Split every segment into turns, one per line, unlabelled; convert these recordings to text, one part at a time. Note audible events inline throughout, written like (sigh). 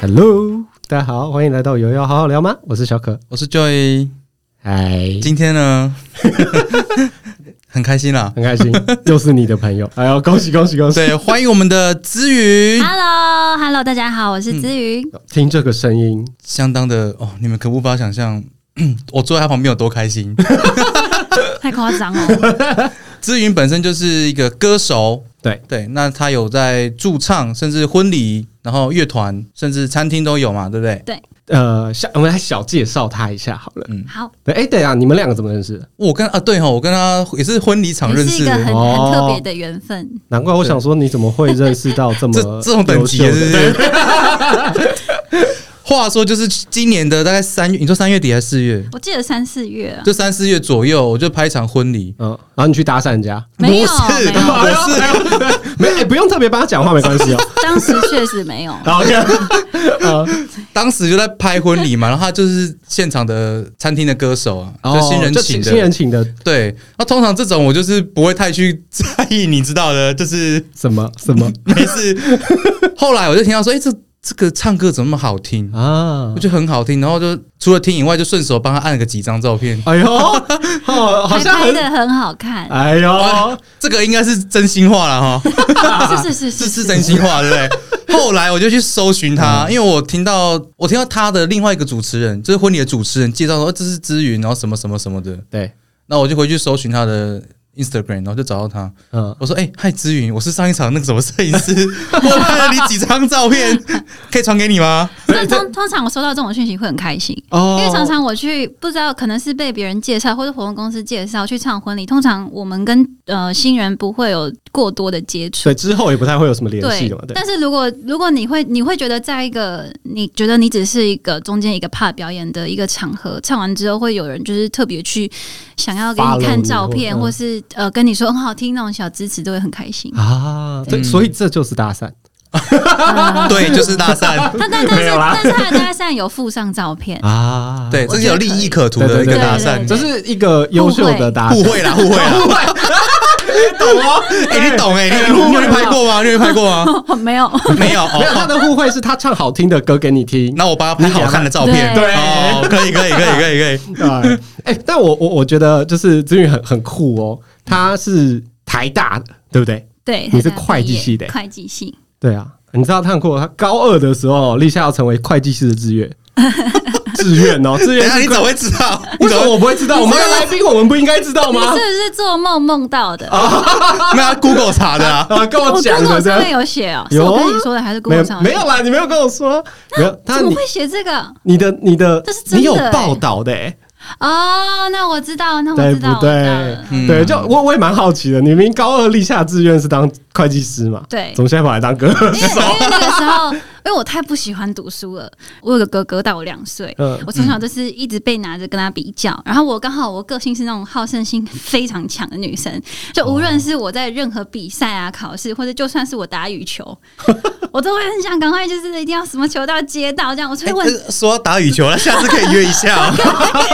Hello，大家好，欢迎来到有要好好聊吗？我是小可。
我是 Joy，
嗨，
今天呢 (laughs) 很开心啦，
很开
(laughs)
心，又是你的朋友。哎呦，恭喜恭喜恭喜！
对，欢迎我们的资宇，
Hello，Hello，大家好，我是子瑜。
听这个声音，
相当的哦，你们可无法想象 (clears throat) 我坐在他旁边有多开心。
太夸张哦，
资云本身就是一个歌手，
对
对，那他有在驻唱，甚至婚礼，然后乐团，甚至餐厅都有嘛，对不对？
呃，小我们来小介绍他一下好了。
好，
对，哎，对啊，你们两个怎么认识的？
我跟啊对哈，我跟他也是婚礼场
也
认
是
识
一个很
的，
哦
很特别的缘分。
难怪我想说你怎么会认识到这么
这这种等级
优
是
秀
不
的
是？话说就是今年的大概三月，你说三月底还是四月？
我记得三四月
(laughs)
啊，
就三四月左右，我就拍一场婚礼。
嗯，然后你去搭讪人
(laughs)
家，
没有，
不是
没有，
啊我是
没、哎不用特别帮他讲话，没关系
(laughs)
哦。
当时确实没有。
好，OK，呃，
当时就在拍婚礼嘛，然后他就是现场的餐厅的歌手啊，
哦
就新人
就
请
新
的。
人请的
对，那通常这种我就是不会太去在意，你知道的，就是
什么什
(laughs)
么
没
(laughs)
事。后来我就听到说，哎、这这个唱歌怎么那么好听？
啊
我？觉得很好听，然后就除了听以外，就顺手帮他按了个几张照片。
哎呦，哦，好
还
像
拍
很，
的很
(laughs)
好看，
哎呦。
这个应该是真心话了哈， (laughs)
是是是
这是真心话，对不对？后来我就去搜寻
嗯
他，因为我听到我听到他的另外一个主持人，就是婚礼的主持人介绍说，哦这是知云，然后什么什么什么的。
对，
那我就回去搜寻他的 Instagram，然后就找到他。
嗯，
我说：“哎、嗨，知云，我是上一场那个什么摄影师， (laughs) 我拍了你几张照片，可以传给你 (laughs) 吗
那通通常我收到这种讯息会很开心，
哦
因为常常我去不知道，可能是被别人介绍或者活动公司介绍去唱婚礼。通常我们跟呃新人不会有过多的接触
所以，之后也不太会有什么联系
对
了嘛，，对，
但是如果如果你会你会觉得在一个你觉得你只是一个中间一个怕表演的一个场合，唱完之后会有人就是特别去想要给
Follow
你看
你
照片，
或嗯
或是呃跟你说很好听那种小支持，都会很开
(laughs)
心。
啊，对，
嗯
所以这就是搭
(laughs)
讪，
呃？
对，就是搭讪， (laughs)
但但但
没
是
有啦
但是他的搭讪有附上
(laughs)
照片，
(laughs) 啊，
对，这是有嗯利益可图
对
的
对
一个
对
搭
对
讪，
对
这是一个优秀的搭
互
讪，
惠啦， (laughs) 互惠啦，懂哦，哎，你懂哎，你你有拍过吗？你有拍过吗？
哦没有，
(laughs) 没有
(laughs) 没有他
哦，
的互惠是他唱好听的歌给你听，
那我帮他拍好看的照片，
对
哦，可以，可以，可以，可以，可 (laughs) 以，
对，哎，但我我我觉得就是子宇很很酷哦，他是台大的，对不对？
对，
你是
他在
会计
毕业
系的
会计系，
对啊，你知道他很酷哦，他高二的时候立下要成为会计师的志
(laughs)
愿，志愿哦，志
等
愿
一下
是
你怎么会知道？
(laughs)
你
为什么
怎么
我不会知道？我们的来宾我们不应该知道
你
吗？
是不是做梦梦到的？
没有他 Google 查的 (laughs) 啊？
啊，跟
我
我讲
Google
的这样
上面有写哦，是
有
我跟你说的还是
没
Google 上
有
面
没有？啦，你没有跟我说，没有他
怎么
你
会写这个？
你的你的
这是真的
你有
欸
报道的欸，
哦，那我知道，那我
对
知道，
不
我知道
对
了？
嗯
对，就我我也蛮好奇的，你明明高二立下志愿是当会计师嘛，
对
怎么现在跑来当歌
(laughs)
因为因为那个时候，因为我太不喜欢读书了。我有个哥哥大我两岁，
嗯
我从小就是一直被拿着跟他比较。然后我刚好我个性是那种好胜心非常强的女生，就无
哦
论是我在任何比赛啊、考试，或者就算是我打羽球，我都会很想赶快就是一定要什么球到接到这样。我就会问
哎说要打羽球了，下次可以约一 (laughs) 下哦。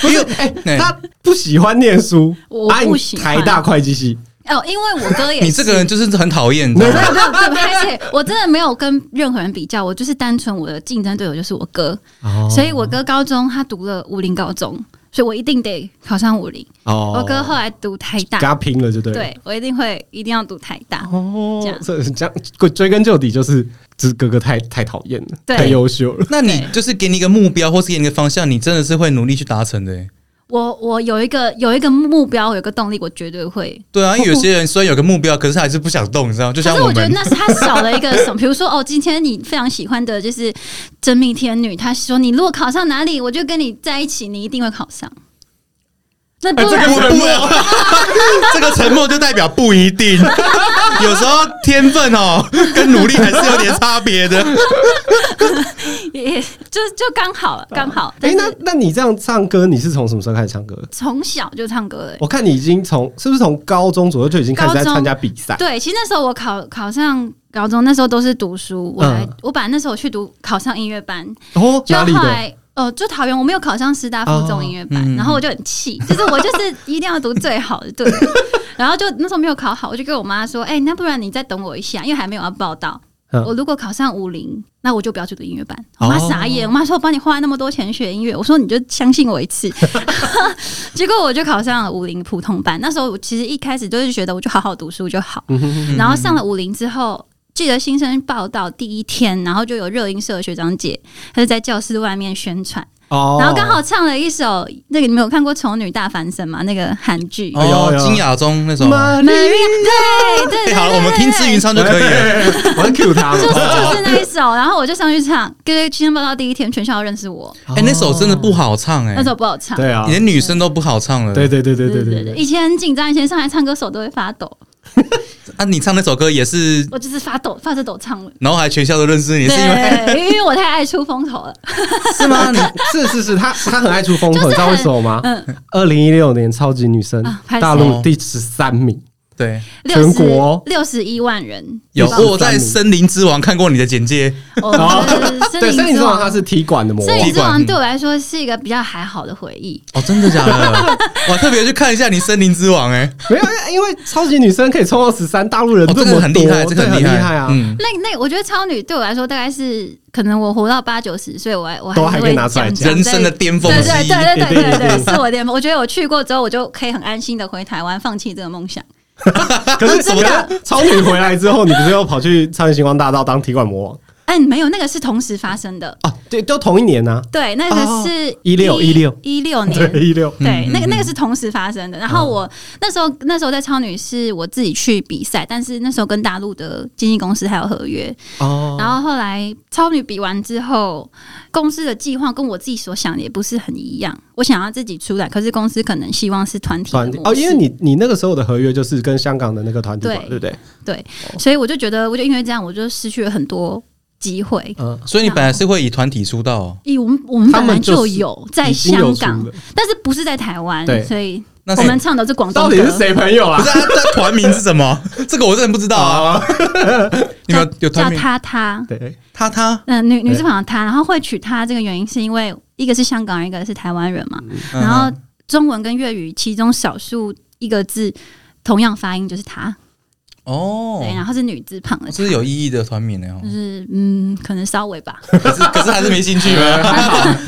不是，哎
哎，
他不喜欢念书，
我不
啊你
喜欢
台大会计系，
哦，因为我哥也
(laughs) 你
是
这个人就是很讨厌，你知
没
道
有
吗
没有没有
对，而且我真的没有跟任何人比较，我就是单纯我的竞争对手就是我哥，
哦
(laughs)
所以我哥高中他读了武林高中，所以我一定得考上武林。
哦
我哥后来读台
跟
大，
他拼了就对了，
对我一定会一定要读台大。
哦
这样，
这这样追根究底就是，这哥哥太太讨厌了，
对
太优秀了，
那你
对
就是给你一个目标，或是给你一个方向，你真的是会努力去达成的欸。
我我有一个有一个目标，有一个动力，我绝对会。
对啊，因为有些人虽然有个目标，可是他还是不想动，你知道吗？就
可
像
是我觉得
们，
那是他少了一个什么，比 (laughs) 如说哦，今天你非常喜欢的就是真命天女，他说你如果考上哪里，我就跟你在一起，你一定会考上。那不
哎这个
然
我
不， (laughs) 这个沉默就代表不一
(laughs)
定。有时候天分哦，跟努力还是有点差别
(laughs)
的。
也也就就刚好刚好。但
哎，
是
那那你这样唱歌，你是从什么时候开始唱歌的？
从小就唱歌了欸、
我看你已经从是不是从高中左右就已经开始在
高中
参加比赛？
对，其实那时候我考考上高中，那时候都是读书。我来，
嗯
我把那时候去读考上音乐班，
哦，
就
哪里
后
的？
来呃，就桃园我没有考上师大附中音乐班，
哦嗯
然后我就很气，就是我就是一定要读最好的，对。然后就那时候没有考好，我就跟我妈说：“哎、那不然你再等我一下，因为还没有要报到。”
嗯
我如果考上武林，那我就不要去读音乐班。我妈
哦
傻眼，我妈说我帮你花那么多钱学音乐，我说你就相信我一次。结果我就考上了武林普通班。那时候我其实一开始就是觉得我就好好读书就好，
嗯
然后上了武林之后。记得新生报道第一天，然后就有热音社的学长姐，她就在教室外面宣传，
哦
然后刚好唱了一首那个你们有看过《丑女大翻身》吗？那个韩剧。
哎呦哎
哦，
呦
金雅中那种。
玛丽
Maria，对对
哎，
(laughs)
对，
好了，我们听志云唱就可以
哎
啊了。
了， (laughs) 我要 Q 他哦
就是
了。
就是那一首，然后我就上去唱，跟新生报道第一天，全校都认识我，
哎，那首真的不好唱哎
那，首不好唱。
哦对啊，
连女生都不好唱了。
对对对对对对
以前很紧张，以前上来唱歌手都会发抖，
啊，你唱那首歌也是，
我就是发抖，发着抖唱了。
然后还全校都认识你，是因为
对，因为我太爱出风头了。
是吗？你是是是，他他很爱出风头，你知道为什么吗？二零一六年超级女声
嗯啊拍手
大陆第十三名，
(laughs) 对
六
全国
十
哦
六十一
(laughs)
万人
有
第十三名
我在《森林之王》看过你的简介，
哦，森
对，森林之王
王，
他是踢馆的魔
森
王，
林之
踢馆
王对我来说是一个比较还好的回忆。
哦，真的假的？ (laughs) 我特别去看一下你《森林之王》哎，
没有，因为超级女声可以冲到十三，大陆人
哦，这
这
个
么
很
多，
厉害，这
对
个
很
厉
害啊！
嗯，
那那我觉得超女对我来说大概是可能我活到八九十岁，我还我
都
还
还
是
可以
会
拿出来
讲
讲
人生的巅峰
对
之
对
一。
对对对
一定
对
一
对，
(laughs) 定
是我的巅峰。我觉得我去过之后，我就可以很安心的回台湾，放弃这个梦想。
(laughs) 可是
哦真
怎
的
么超女回来之后，你不是又跑去超级星光大道当踢馆魔王
哎，没有，那个是同时发生的。
啊？对，就同一年呢，
对，那
哦
个是
16 16
一六年。
对，一哦六
对，
嗯
那个那个是同时发生的。然后我那时候那时候在超女是我自己去比赛，但是那时候跟大陆的经纪公司还有合约。
哦，
然后后来超女比完之后，公司的计划跟我自己所想的也不是很一样。我想要自己出来，可是公司可能希望是团体的
团
模
体
式
哦，因为你你那个时候的合约就是跟香港的那个团体嘛，
对
对不对？
对，所以我就觉得，我就因为这样，我就失去了很多机会。
嗯，
所以你本来是会以团体出道哦，
咦，我们我们
他
本
们
来
就是
就有在
已经有
香
出
港
了，
但是不是在台湾，
对
所以
那
我
是
们唱的是广东
到底是
歌。
谁朋友
不
啊
是？他他团名是什么？这个我真的不知道
(laughs)
啊。
啊，
哦
你们有有
叫
团名？
他他，
对，
他他，
嗯、女女字旁的他，然后会取他这个原因是因为一个是香港人，一个是台湾人嘛，然
嗯
后中文跟粤语其中少数一个字同样发音就是他，
嗯哦
对，，然后是女字旁的
这
他，
是有意义的团名呢哦
就。是嗯，可能稍微吧，
可是可是还是没兴趣
(laughs)
吗？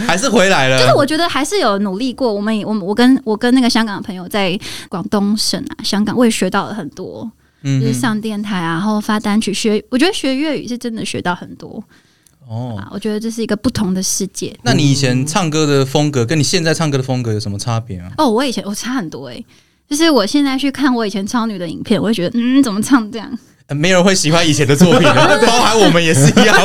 还是回来了。
就是我觉得还是有努力过。我们也我们我跟我跟那个香港的朋友在广东省啊，香港我也学到了很多，
嗯
就是
哼
上电台啊，然后发单曲学。我觉得学粤语是真的学到很多
哦。
啊，我觉得这是一个不同的世界。
那你以前唱歌的风格跟你现在唱歌的风格有什么差别吗？
哦，我以前我差很多诶、就是我现在去看我以前超女的影片，我会觉得嗯，怎么唱这样？ (laughs)
呃没有人会喜欢以前的作
(laughs)
品啊，包含我们也是一样。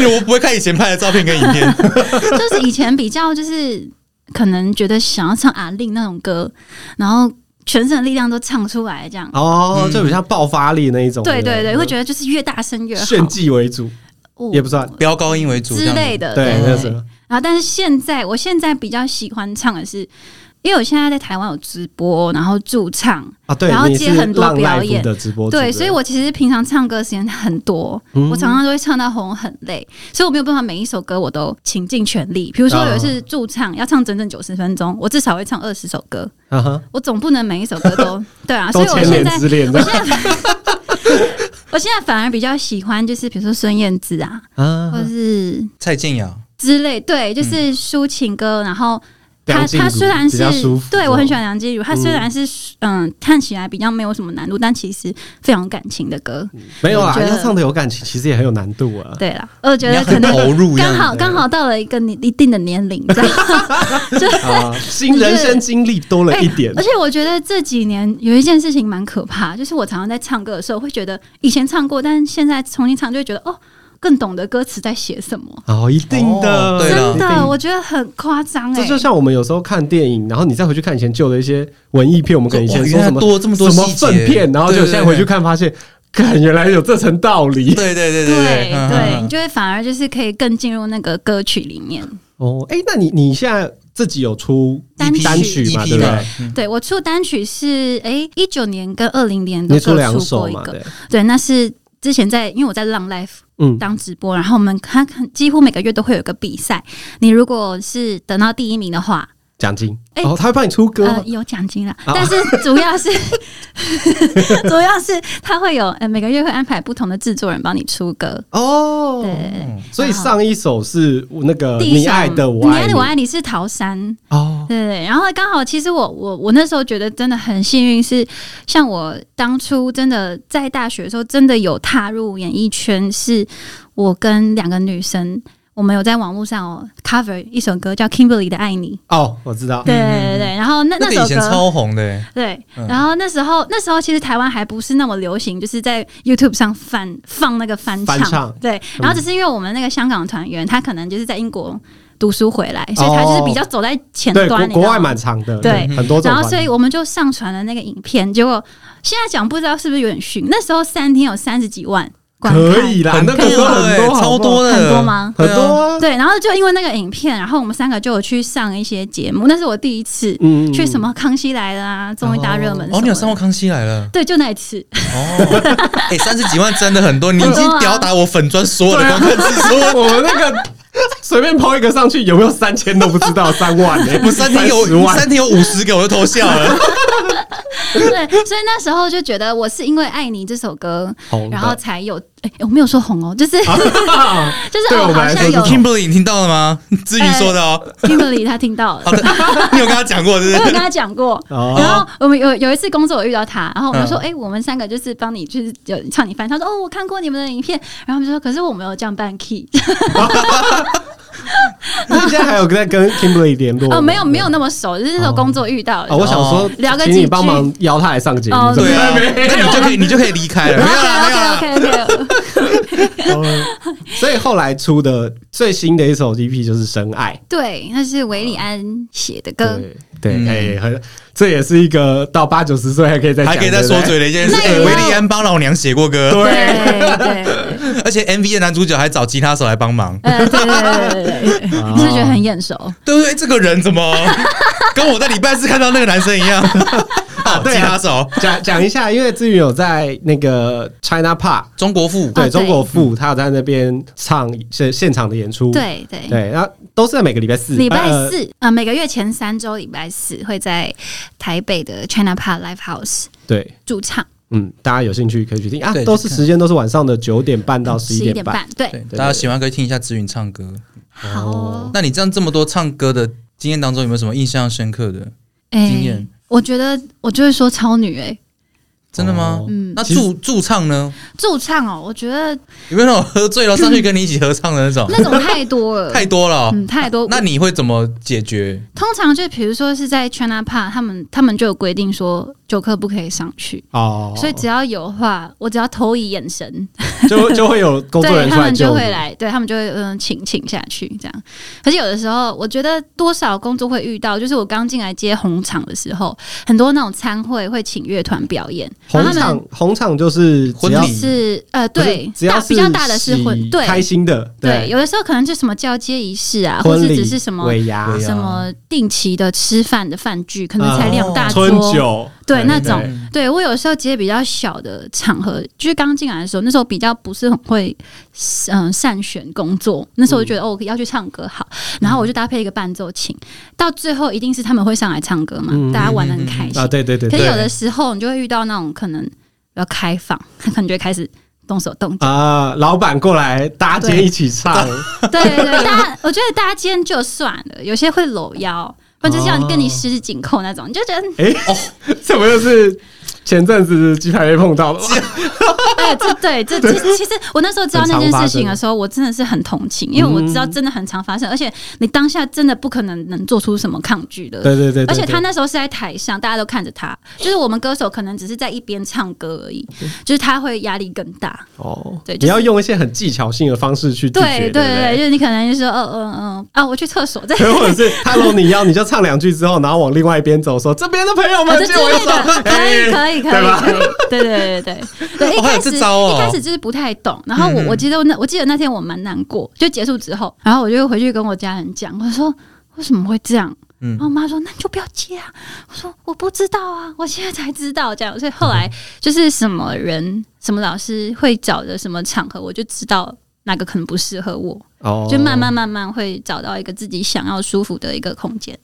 因为我不会看以前拍的照片跟影片。
就是以前比较就是可能觉得想要唱阿令那种歌，然后全身的力量都唱出来这样。
哦，
嗯
就比较爆发力那一种，
对对对，
不
会觉得就是越大声越好，
嗯炫技为主，
哦
也不算
飙高音为主这
之
样子
类的，
对，那
对
时候
然后，但是现在我现在比较喜欢唱的是，因为我现在在台湾有直播，然后驻唱，
啊，对，
然后
你
接
是
很多
浪
表
live
演
的直播主
对，
的
所以我其实平常唱歌时间很多，
嗯
我常常都会唱到喉咙很累，所以我没有办法每一首歌我都倾尽全力。比如说有一
啊
次驻唱要唱整整九十分钟，我至少会唱二十首歌，
啊哈，
我总不能每一首歌
(laughs)
都对啊，所
都
以我
千
现
年
在
之恋
我 (laughs)
的
现在我现在反而比较喜欢就是比如说孙燕姿啊，
啊
或者是
蔡健雅，
之类，对，就是抒情歌，然后。
嗯
他
梁静茹
他虽然
比较
是
舒服哦
对
这
我很
种
喜欢梁静茹，他虽然是嗯看起来比较没有什么难度，但其实非常有感情的歌。
没有啦，
我觉得
要唱的有感情，其实也很有难度啊。
对啦，我觉
你要
得可
很
能
投入这样
刚
子，
好刚好到了一个年一定的年龄，这
(laughs)
样
啊，新
我觉得
人生经历多了一点
而且我觉得这几年有一件事情蛮可怕，就是我常常在唱歌的时候会觉得以前唱过，但现在重新唱就会觉得哦，更懂得歌词在写什么。
哦，一定
哦
的，
对啦
真的，我觉得很夸张
这
哎
就。像我们有时候看电影，然后你再回去看以前旧的一些文艺片，我们可能以前
哦
说什么
多这么多
什么
细节
粪片，然后就
对对
现在回去
对
看，发现，看原来有这层道理。
对对对
对
对
对，你
嗯
就会反而就是可以更进入那个歌曲里面。
哦，哎，那你你现在自己有出
E
单曲 E
单曲嘛，
EP
对不
嘛
对？
嗯
对我出单曲是哎一九年跟二零年都
你
各
出两
出
首
过一
嘛，
个，
对，
对，那是之前在因为我在浪 life
嗯，
当直播，然后我们看看几乎每个月都会有一个比赛，你如果是得到第一名的话，
奖金，
哎
然后他会帮你出歌吗
呃，有奖金啦，
啊
但是主
(laughs)
要是主要是他会有呃每个月会安排不同的制作人帮你出歌，
哦。
对，
所以上一首是那个
第一
哦你
首
爱的我
你爱
爱
的我爱你是陶山，
哦，
对，然后刚好其实我我我那时候觉得真的很幸运，是像我当初真的在大学的时候，真的有踏入演艺圈，是我跟两个女生。我们有在网络上哦 cover 一首歌叫 Kimberly 的《爱你》，
哦，我知道，
对对对，然后那
那
首
个以前
歌
超红的、欸，
对，
嗯
然后那时候那时候其实台湾还不是那么流行，就是在 YouTube 上翻放那个翻唱，
翻唱嗯
对。然后只是因为我们那个香港团员，他可能就是在英国读书回来，所以他就是比较走在前
哦对，
端，
国
你知道
国
吗
外蛮长的，嗯
对
很多种
然
版
后，
本。
所以我们就上传了那个影片，结果现在讲不知道是不是有点逊，那时候三天有三十几万观看，
可以啦，
很
啊那
多
个时候
的、
很
欸，
多，
超
多，
多的，
很多吗？
很多啊，
对，然后就因为那个影片，然后我们三个就有去上一些节目，那是我第一次
嗯，嗯
去什？么《康熙来了》啊，《综艺大热门》？
哦，你有上过《康熙来了
对，就那一次，》 (laughs)
哦，哎、三十几万真的很多，你已
啊
经吊打我粉砖所有的
对啊
观看次数，
我们那个随便抛一个上去，有没有三千都不知道，三万呢？
我三天
十
有
万
三，天有五十个我就偷笑了，
对，所以那时候就觉得我是因为《爱你》这首歌，
红的啊
然后才有，哎、我没有说红哦，就是、 (laughs) 就是
对
哦，
我们
好
来
像
说是
有
Kimberly，你听到了
(laughs)
吗？志云说的哦，
Kimberly 他听到了
哎啊
好。的，你有跟他讲过是
我有
不
嗯
跟
是？
他讲过，
哦
然后我们有有一次工作，我遇到他，然后我们就说：“
嗯
哎、我们三个就是帮你，就是有唱你翻。”他说：“哦，我看过你们的影片。”然后我们就说：“可是我没有降半 key
你现在还有在跟 Kimberly 联络吗
哦，没有没有那么熟，就是那种工作遇到的。
哦，我想说
哦，
聊个
请
几
你
句
帮忙邀他来上节目
哦，
怎么
对
样
啊，那你就可以你就可以离
嗯
开了，没有啦，没有啦。
OK OK OK OK，
哦所以后来出的最新的一首 EP 就是《深爱》。
对，那是韦礼安写的歌。
对对，
嗯
哎，很，这也是一个到八九十岁还可以再
还可以再
再
说嘴的一件事，
那也
哎
要
维利安帮老娘写过歌，
对，
对对对，
而且 MV 的男主角还找吉他手来帮忙，
呃，对对对对对对，
哦
你是不是觉得很眼熟？
对不对？这个人
(laughs)
怎么跟我在礼拜四看到那个男生一样？哦，
对啊
吉他手，
(laughs)
讲讲一下，因为志宇有在那个 China Park，
中国富，
对
啊对嗯
中国富，他有在那边唱现现场的演出，
对对。
对，然后都是在每个礼拜四，
礼拜
呃
四，呃，每个月前三周礼拜四会在台北的 China Park Live House
对，
驻唱，
嗯，大家有兴趣可以去听啊，
对
都是时间都是晚上的九点半到十
十一
一
点
点半，
半，对，
对，大家喜欢可以听一下紫云唱歌。
好哦，
那你这样这么多唱歌的经验当中，有没有什么印象深刻的？
哎
经验
我觉得我就会说超女哎、
真的吗
哦？
嗯，
那
其实
驻驻唱呢？
驻唱哦，我觉得
有没有那种喝醉了上去跟你一起合唱的那种？
那种 (laughs) 太多了，
太多了哦。
嗯太多。
那你会怎么解决？
通常就比如说是在 China Park，他们他们就有规定说酒客不可以上去，
哦，
所以只要有的话，我只要投以眼神，
就就会有工作人员
对他
出来
们
救
就
你
会来，对他们就会嗯请请下去这样。可是有的时候，我觉得多少工作会遇到，就是我刚进来接红场的时候，很多那种餐会会请乐团表演，
红
然后他们
场红场就是只
婚
要
礼
是呃
不是
对，
只要
大
是
比较大的是
喜
婚对
开心的
对，有的时候可能就什么交接仪式啊，或
婚
是
礼
只是什么
尾牙
对啊
什么定期的吃饭的饭局，可能才两大桌，
啊春酒，
对那
对
种。对我有时候接比较小的场合，就是刚进来的时候，那时候比较不是很会，嗯、善选工作。那时候我就
嗯
觉得、哦，我要去唱歌好，然后我就搭配一个伴奏琴，到最后一定是他们会上来唱歌嘛，
嗯
大家玩的很开心。
啊，对对对
可
对
是有的时候你就会遇到那种可能比较开放，可能就会开始动手动脚。
啊，老板过来搭肩
对
一起唱，
对对对，大家我觉得大家今天就算了，有些会搂腰，或者是要你跟你十指紧扣那种，你就觉得
这不就是前阵子鸡排妹碰到的吗？
哎，这对这其实其实我那时候知道那件事情的时候，我真的是很同情，因为我知道真的很常发生，而且你当下真的不可能能做出什么抗拒的。
对对对，对
而且他
对
那时候是在台上，大家都看着他，就是我们歌手可能只是在一边唱歌而已，就是他会压力更大。
哦，
对就是
你要用一些很技巧性的方式去拒
对
绝，(laughs)
对
不哎
对，就是你可能就说，嗯嗯嗯，啊，我去厕所，再
或者是 “hello，你要”，你就唱两句之后，然后往另外一边走，说这边的朋友
啊，
们
这
借
之
我一
类
首
的，，可
哎
以可以可
对
以
吧
可以，对对对对对，一
哦还有
开始
这招哦
一开始就是不太懂，然后我
嗯嗯
我记得那我记得那天我蛮难过，就结束之后，然后我就回去跟我家人讲，我说为什么会这样？
嗯
然后我妈说：“那你就不要接啊！”我说：“我不知道啊，我现在才知道这样。”所以后来就是什么人、什么老师会找的什么场合，我就知道哪个可能不适合我，
哦
就慢慢慢慢会找到一个自己想要舒服的一个空间。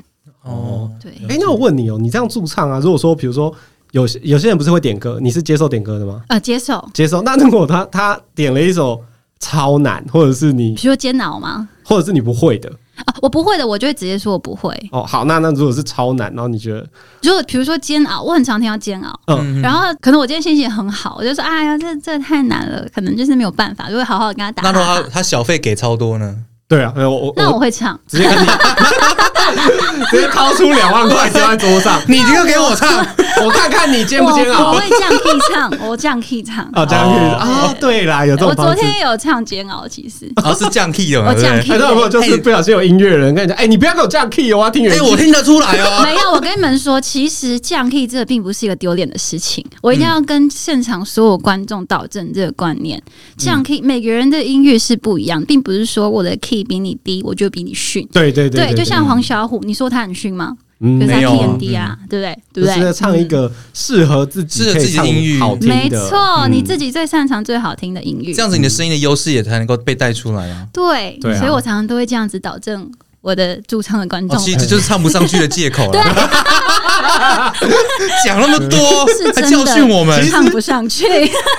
哦，
对，
哎、那我问你哦、你这样驻唱啊，如果说比如说有些有些人不是会点歌，你是接受点歌的吗？
呃，接受，
接受。那如果他他点了一首超难，或者是你
比如说煎熬吗？
或者是你不会的
啊，我不会的，我就会直接说我不会。
哦，好，那那如果是超难，然后你觉得
如果比如说煎熬，我很常听到煎熬，
嗯
然后可能我今天心情很好，我就说哎呀，这这太难了，可能就是没有办法，就会好好地跟他打
那如果
哈
他
哈。
他小费给超多呢？
对啊，没有我
那
我
我会唱，
直接
(laughs)
跟你直接掏出两万块丢在桌
(laughs)
上，
你这个给我唱，
我看看你煎
我
不煎熬
我会这样 key 唱，我这样
(laughs)
key 唱。
啊，这样子
哦
啊，对啦，有这
我
种
昨
方式。
天也有唱煎熬，其实
然后哦是降 key 的嘛， (laughs)
我
对
降
不
key
对？
哎，那如果就是不小心有音乐人跟你讲，哎，你不要给我这样 key 哦，我要听原
哎，我
声。
听得出来 (laughs) 哦。
没有。我跟你们说，其实这样 key 这个并不是一个丢脸的事情，我一定
嗯
要跟现场所有观众导正这个观念。
嗯
这样 key 每个人的音域是不一样，并不是说我的 key 比你低，我就比你逊。
对对
对，就像
对
黄小虎，你说他很逊吗？
嗯
可是他
没有
key
啊
很低啊，对不对？
就
对不
是在
对？
唱一个适合自己、
适合
可以
自己的
唱
音域
好听的，
没错，
嗯
你自己最擅长、最好听的音域
这。样子你的声音的优势也才能够被带出来啊。
对，
对啊
所以我常常都会这样子导正我的驻唱的观
哦，
众。
其实这就是唱不上去的借口了。讲那么多
是，
还
真的
教训我们。
唱不上去，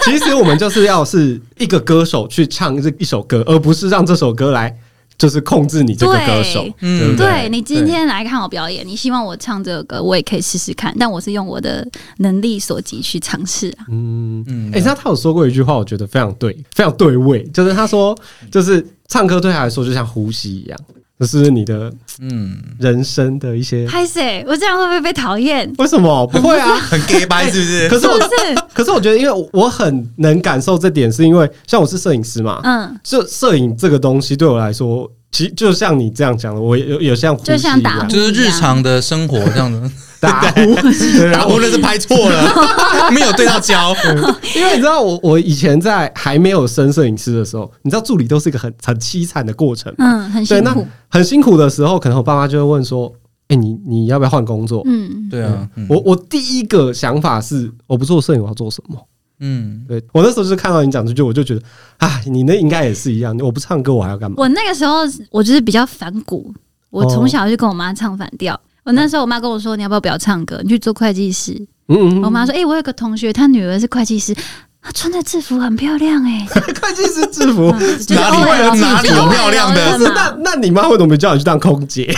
其实我们就是要是一个歌手去唱这一首歌，而不是让这首歌来就是控制你这个歌手
对。
嗯
对不
对你今天来看我表演，你希望我唱这个歌，我也可以试试看，但我是用我的能力所及去尝试啊。
嗯，
嗯
哎、欸，那他有说过一句话，我觉得非常对，非常对味，就是他说，就是唱歌对他来说就像呼吸一样，就是你的
嗯，
人生的一些。
拍谁？我这样会不会被讨厌？
为什么不会
(laughs)
啊？
很 gay 白是不是？
可是
是不
我，
是？
可是我觉得，因为我很能感受这点，是因为像我是摄影师嘛，
嗯，
就摄影这个东西对我来说，其实就像你这样讲的，我有有像呼吸
就像
一样
打呼
就是日常的生活这样 (laughs) 子。
打呼，
(laughs)
对
打呼那是拍错了， (laughs) 没有对到焦。
因为你知道我，我以前在还没有升摄影师的时候，你知道助理都是一个很很凄惨的过程。
嗯，很
对，
辛
那
苦。
很辛苦的时候，可能我爸妈就会问说：“哎、你你要不要换工作？”
嗯，
对啊，嗯
我我第一个想法是，我不做摄影，我要做什么？
嗯，
对我那时候就是看到你讲这句，我就觉得啊，你那应该也是一样。我不唱歌，我还要干嘛？
我那个时候我就是比较反骨，我
哦
从小就跟我妈唱反调。我那时候我妈跟我说，你要不要不要唱歌，你去做会计师。
嗯，嗯
我妈说，哎、我有个同学，她女儿是会计师，她穿的制服很漂亮、哎，
(laughs) 会计师制服。
就是
哪里
OL 制
哪里
就是
有
OL
漂亮的
不
制
是，
嗯嘛
(laughs) 那那你妈为什么叫你去当空姐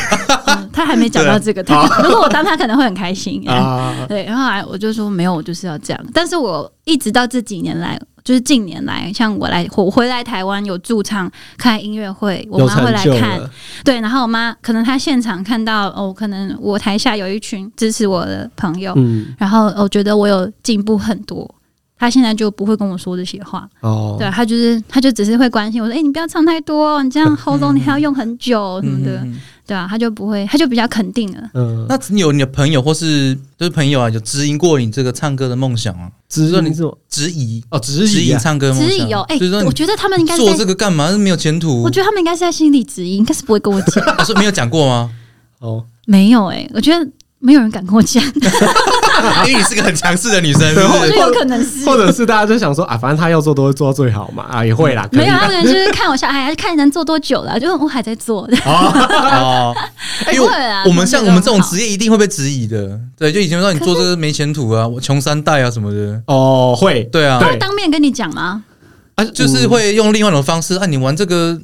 嗯他还没讲到这个，他如果我当他可能会很开心。
哦啊？
对，然后来我就说没有，我就是要这样。但是我一直到这几年来，就是近年来，像我来我回来台湾有驻唱、开音乐会，我
有
妈会
成
来
就
看
了，，
对，然后我妈可能她现场看到哦，可能我台下有一群支持我的朋友，
嗯，
然后我觉得我有进步很多。她现在就不会跟我说这些话，
哦，
对啊她就是她就只是会关心我说：“哎、你不要唱太多哦，你
(laughs)
这样喉咙你还要用很久什么的，
嗯
对啊，她就不会，她就比较肯定了。
嗯，
那你有你的朋友或是就是朋友啊，有指引过你这个唱歌的梦想吗？
指
说
引
你
是吗
质疑，
哦，指
指
引
引
啊
唱歌的梦
指
想。
引有哎、
就是说
我
你
觉得他们应该是
做
在
这，个干嘛？是没有前途。
我觉得他们应该是在心里指引，应该是不会跟我讲。 (laughs)
(laughs) 他说没有讲过吗？
哦，
没有哎、我觉得没有人敢跟我讲，
因为你是个很强势的女生，是
对
不
(laughs) 我
是
觉得有可能是
或者是大家就想说啊，反正他要做都会做到最好嘛，啊，也会啦，可
嗯没
以
有，
啦。
他们就是看我下，哎，看能做多久了，就我还在做，
哦，因为
哎对啊
我我们像我们这种
他们觉得很好
职业一定会被质疑的，对，就以前说你做这个没前途
(laughs)
啊，我穷三代啊什么的，
哦，会，
对啊，
对
会当面跟你讲吗？
啊，
就是会用另外一种方式啊，你玩这个嘖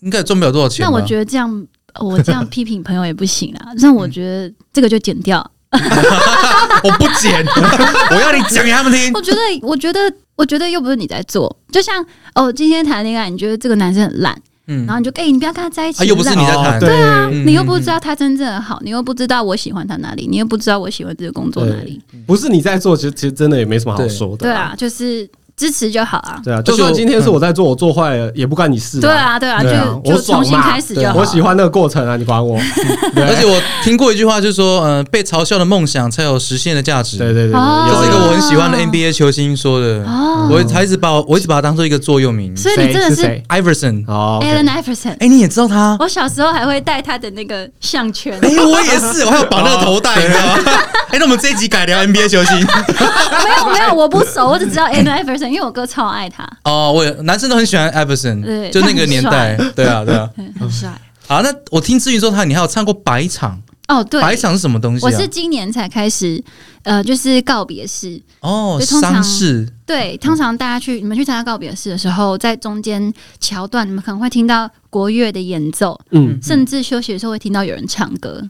应该也赚不了多少钱
那
吧。
我觉得这样，呃我这样批评朋友也不行啦。那我觉得这个就剪掉。
我不剪，我要你讲给他们听
我。觉得，我觉得，我觉得又不是你在做，就像哦，今天谈恋爱，你觉得这个男生很烂，
嗯
然后你就哎、你不要跟他在一起，
啊又不是
烂
你在谈
哦对啊
嗯
你又不知道他真正的好，你又不知道我喜欢他哪里，你又不知道我喜欢这个工作哪里。
不是你在做，其实其实真的也没什么好说的。
对，啊，就是支持就好啊。
对啊，
就
就算
是
今天是我在做，我做坏了也不关你事嘛。
对啊，对啊，
对啊
就就
我爽
重新
嘛
开始就好。
我喜欢那个过程啊，你管
(laughs)
我？对
而且我听过一句话，就是说，呃，被嘲笑的梦想才有实现的价值。
对对对，
哦
这
有
是一个
有
我很喜欢的 NBA 球星说的。
哦，
我还一直把我我一直把它当做一个座右铭。
所以你真的
谁
是
谁？
Iverson，
哦
Allen Iverson。
哎，你也知道他？
我小时候还会戴他的那个项圈，
哎，我也是，我还有绑那个头
哦
带，你知道吗？ (laughs) 哎，那我们这一集改聊 NBA 球星
没有没有，我不熟，我只知道 Allen Iverson，因为我哥超爱他，
哦，我也男生都很喜欢 Iverson，
对
就那个年代，对啊，对啊。
嗯很帅。
好，那我听志云说他，你还有唱过百场，
哦，对，
排场是什么东西、啊？
我是今年才开始，呃，就是告别式。
哦，
就通常
丧事
对，通常大家去你们去参加告别式的时候，在中间桥段，你们可能会听到国乐的演奏，
嗯，
甚至休息的时候会听到有人唱歌。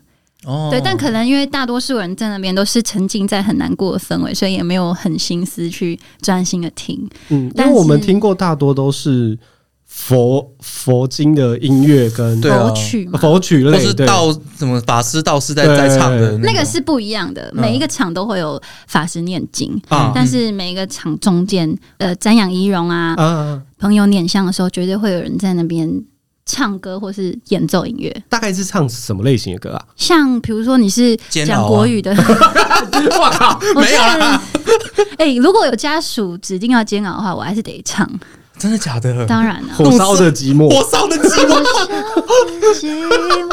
哦，
对，但可能因为大多数人在那边都是沉浸在很难过的氛围，所以也没有很心思去专心的听。
嗯，因
但
为
是
我们听过大多都是佛佛经的音乐跟
对啊
佛曲嘛，
佛曲
或
类
是
对
道什么法师道士在在唱的
对
那
那
个
个是不一样的，每
嗯
一个场都会有法师念经。
啊
嗯但是每一个场中间，呃，瞻仰仪容
嗯
啊，
啊，
朋友念香的时候，绝对会有人在那边唱歌或是演奏音乐。
大概是唱什么类型的歌
(laughs)
啊？
像比如说你是
煎熬啊
讲国语
(laughs)
的，
我靠，
我
没有啦
真的。哎、如果有家属指定要煎熬的话，我还是得唱。
真的假的？
当然了，
火烧的寂寞，
火烧的寂寞，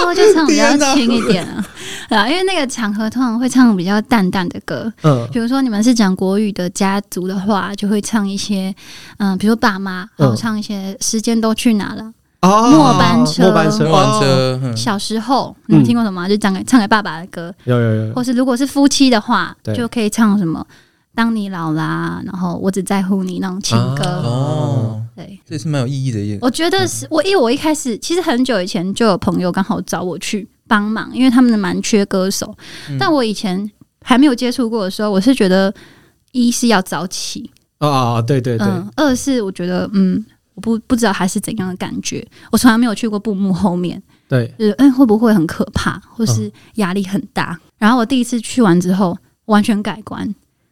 我就唱比较
天哪
轻一点啊，啊，因为那个场合通常会唱比较淡淡的歌，
嗯
比如说你们是讲国语的家族的话，就会唱一些，嗯、比如说爸妈，然后
嗯
唱一些时间都去哪了，
哦
末班车
末班车，哦
末班车，嗯
小时候你们
嗯
听过什么啊、就唱给唱给爸爸的歌，
有有有，
或是如果是夫妻的话
对，
就可以唱什么“当你老啦”，然后我只在乎你那种情歌。
啊
哦，
对，
这是蛮有意义的一
我觉得是我，因为我一开始其实很久以前就有朋友刚好找我去帮忙，因为他们蛮缺歌手。
嗯
但我以前还没有接触过的时候，我是觉得一是要早起，
啊啊，对对对，
嗯，二是我觉得嗯。我不不知道还是怎样的感觉，我从来没有去过布幕后面，
对，
就是哎、会不会很可怕，或是压力很大？然后我第一次去完之后，完全改观，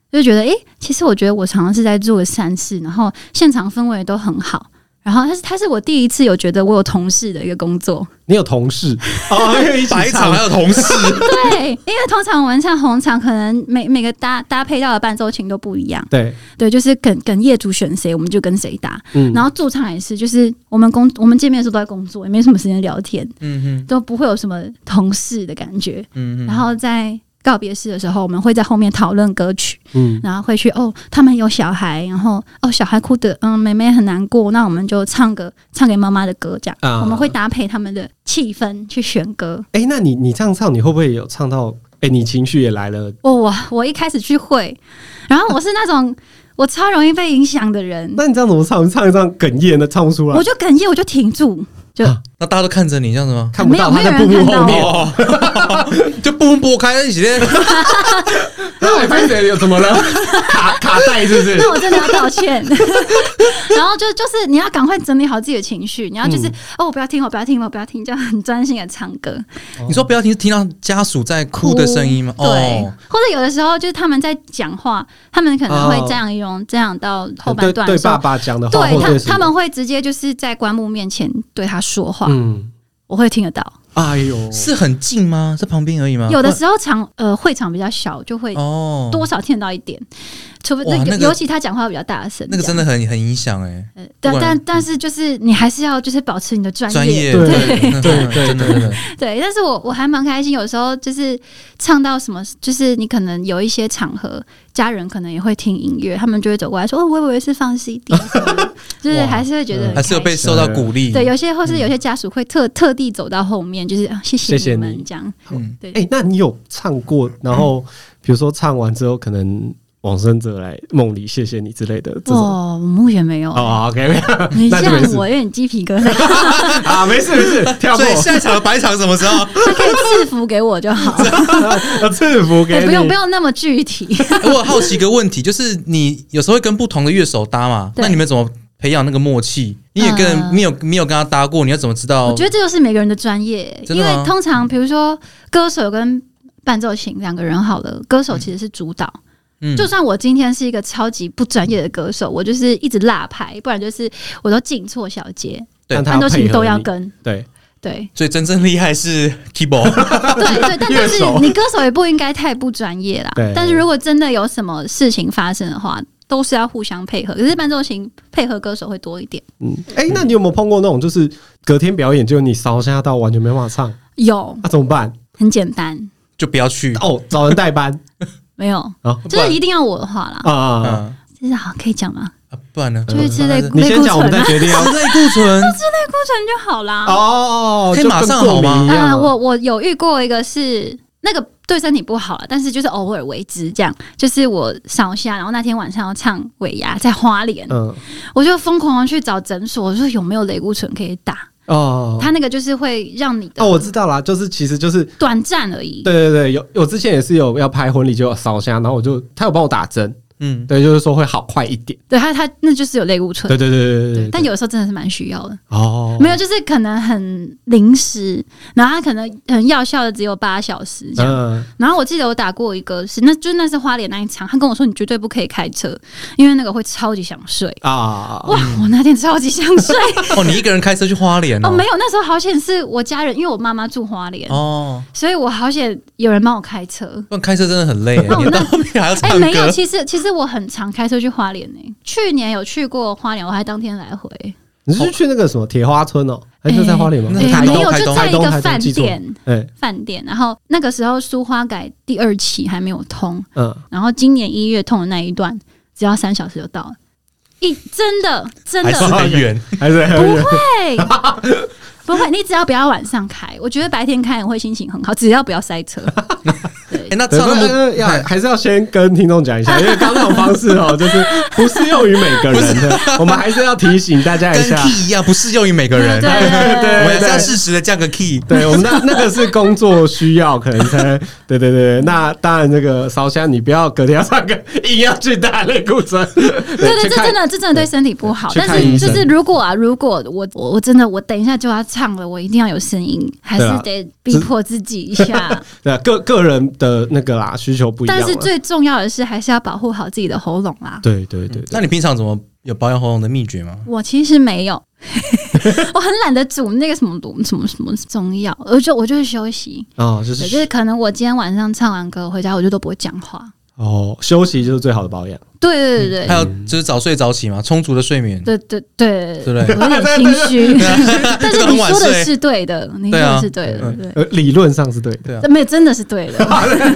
就觉得哎、诶其实我觉得我常常是在做善事，然后现场氛围都很好。然后，但是它是我第一次有觉得我有同事的一个工作， (laughs)
你有同事哦，因为一
义。
起
白场
唱
还有同事，
对，因为通常我们唱红场，可能每每个搭搭配到的伴奏琴都不一样，
对，
对，就是跟跟业主选谁，我们就跟谁搭。
嗯，
然后驻唱也是，就是我们工我们见面的时候都在工作，也没什么时间聊天，
嗯
都不会有什么同事的感觉。
哼嗯
然后在告别式的时候，我们会在后面讨论歌曲，
嗯
然后会去哦，他们有小孩，然后哦，小孩哭的，嗯，妹妹很难过，那我们就唱个唱给妈妈的歌，这样、
啊
我们会搭配他们的气氛去选歌。
哎、那你你这样唱，你会不会有唱到？哎、你情绪也来了。
哦，我我一开始去会，然后我是那种 (laughs) 我超容易被影响的人，
那你这样怎么唱？唱一唱哽咽的，唱不出来
我，就哽咽，我就停住，就、
啊
那大家都看着你，这样子吗？
看不到他
没有
在布
没有
幕
人看
后
到
面。
哦， (laughs) 就不分拨开，一起在
(laughs) 那我拍谁有怎么了？卡卡带是不是？
那我真的要道歉。然后就就是你要赶快整理好自己的情绪，你要就是、哦，我不要听，我不要听，我不要听，这样很专心的唱歌。
(laughs) 你说不要听听到家属在哭的声音吗？
对，
哦，
或者有的时候就是他们在讲话，他们可能会
哦
这样用，这样到后半
呃
对
段
对
的时候
爸，爸讲的话，
对
或
他
者是
他们会直接就是在棺木面前对他说话，
嗯，
我会听得到。
哎呦，
是很近吗？在旁边而已吗？
有的时候场呃会场比较小，就会
啊哦，
多少听得到一点，除非
哇
尤
那个
尤其他讲话比较大声，
那个真的很很影响哎，
这样。呃但
不然
但但是就是你还是要就是保持你的专
专业
对
对
对对
(laughs) 真的真的，
(laughs) 对，但是我我还蛮开心，有时候就是唱到什么，就是你可能有一些场合，家人可能也会听音乐，他们就会走过来说：“哦，我以为是放 CD 什么
(laughs)
的。”就是
哇嗯
还是会觉得很
还是有
开
被
心
受到鼓励。
对，有些或是有些家属会特特地走到后面，就是啊，谢
谢谢
你
你
们这样。
嗯，
对
哎、那你有唱过？然后比如说唱完之后，可能往生者来梦里谢谢你之类的这种。
哦，我目前没有。
哦，OK，没有， (laughs)
你
那
这
就
样
没事
我有点鸡皮疙瘩，
啊，没事没事，跳
所
过
以，下一
(laughs)
场的白场什么时候？
他可以赐福给我就好，
(laughs) 赐福给你，
对，哎不用不用那么具体。
我有好奇一个问题，就是你有时候会跟不同的乐手搭嘛，
对
那你们怎么培养那个默契？你也跟、
呃
没有没有跟他搭过，你要怎么知道？
我觉得这就是每个人的专业，
真
因
的吗
为通常比如说歌手跟伴奏琴两个人好了，歌手其实是主导。
嗯
就算我今天是一个超级不专业的歌手，我就是一直落拍，不然就是我都进错小节，
对
让他
伴奏
配
琴
合
都要
你
跟。
对， (laughs)
对
所以真正厉害是 (laughs) keyboard，
对对，但
乐
但是
手
你歌手也不应该太不专业啦
对。
但是如果真的有什么事情发生的话，都是要互相配合。可是伴奏琴配合歌手会多一点。
嗯，哎、那你有没有碰过那种就是隔天表演，就你烧瞎到完全没办法唱，啊
有
那、怎么办？
很简单，
就不要
(laughs)
去。
哦，找人代班
没有，
(laughs) 啊，
就是一定要我的话啦。
啊啊，啊
嗯，
这是好可以讲吗？
啊，不然呢？
就会吃类 (laughs) 类固
你
醇啊，吃类
先讲，我们再决定要
吃类固
(laughs)
醇，
固醇就好啦。
(laughs) 哦，
可以
就
马
跟
上
过
好
敏
吗
一样
啊，
啊
我我有遇过一个是那个对身体不好了，但是就是偶尔为之，这样就是我烧虾，然后那天晚上要唱尾牙在花莲，
嗯
我就疯狂地去找诊所，我说有没有类固醇可以打，
哦，
它那个就是会让你的
哦，我知道啦，就是其实就是
短暂而已。
对对对，有我之前也是有要拍婚礼就有烧香，然后我就他有帮我打针，
嗯，
对，就是说会好快一点，
对，它它那就是有类固醇
对，对对对对对，
但有的时候真的是蛮需要的。
哦，
没有，就是可能很临时，然后它可能可能药效的只有八小时这样。
嗯，
然后我记得我打过一个是，那就是那是花莲那一场，他跟我说你绝对不可以开车，因为那个会超级想睡。
啊，
哇！
嗯
我那天超级想睡
哦，你一个人开车去花莲
哦，
哦
没？有，那时候好险是我家人，因为我妈妈住花莲，
哦，
所以我好险有人帮我开车。
不然开车真的很累耶，
哦那我
你到后面还要
哎、
唱
没有，
歌。
其实其实我很常开车去花莲呢、去年有去过花莲，我还当天来回。
你是去那个什么铁花村哦，还是在花莲吗？
那
哎
台东
没有，
台
就
东
在
台
一
东
个
台东
饭
记住
店，
哎，
饭店。然后那个时候苏花改第二期还没有通，
嗯，
然后今年一月通的那一段，只要三小时就到了。一真的真
还
的
是很远，
还是
不会，
(laughs)
不会，你只要不要晚上开，我觉得白天开你会心情很好，只要不要塞车。对
哎，，那
对
唱那
不是
么
呃要还是要先跟听众讲一下，因为刚刚那种方式哦， (laughs) 就是不适用于每个人的，我们还是要提醒大家一
跟
下。
key 一样，不适用于每个人。
对
我
(laughs) 对
(laughs) 对
们
对，
还是要适时的降个 key。
(laughs) 对我们那那个是工作需要，可能才对对对。那当然，这个烧香你不要隔天要上课，硬要去打类固醇。对
对对，
去
这
看
真的这真的对身体不好。
去
但
看
是
医
就
生
是如果啊，如果我我我真的我等一下就要唱了，我一定要有声音，还是
对啊
得逼迫自己
(laughs)
一下。
对个个人的那个啦需求不一样
但
嘛。
是最重要的是，还是要保护好自己的喉咙啊啦。
对对对对，
那你平常怎么有保养喉咙的秘诀吗？
我其实没有， (laughs) 我很懒得煮那个什么卤什么什么中药，我就我就会休息。
哦，就
对，就是
是
可能我今天晚上唱完歌回家，我就都不会讲话。
哦，休息就是最好的保养。
对对对
还
对
有就是早睡早起嘛，充足的睡眠，
对对对
对不对？
我有点心
(laughs)
虚， (laughs) 但是你说
很晚
的
睡
是对的，你
啊
说
对啊
的是对的，嗯对
呃，理论上是对的。
对啊
这，没有真的是对的。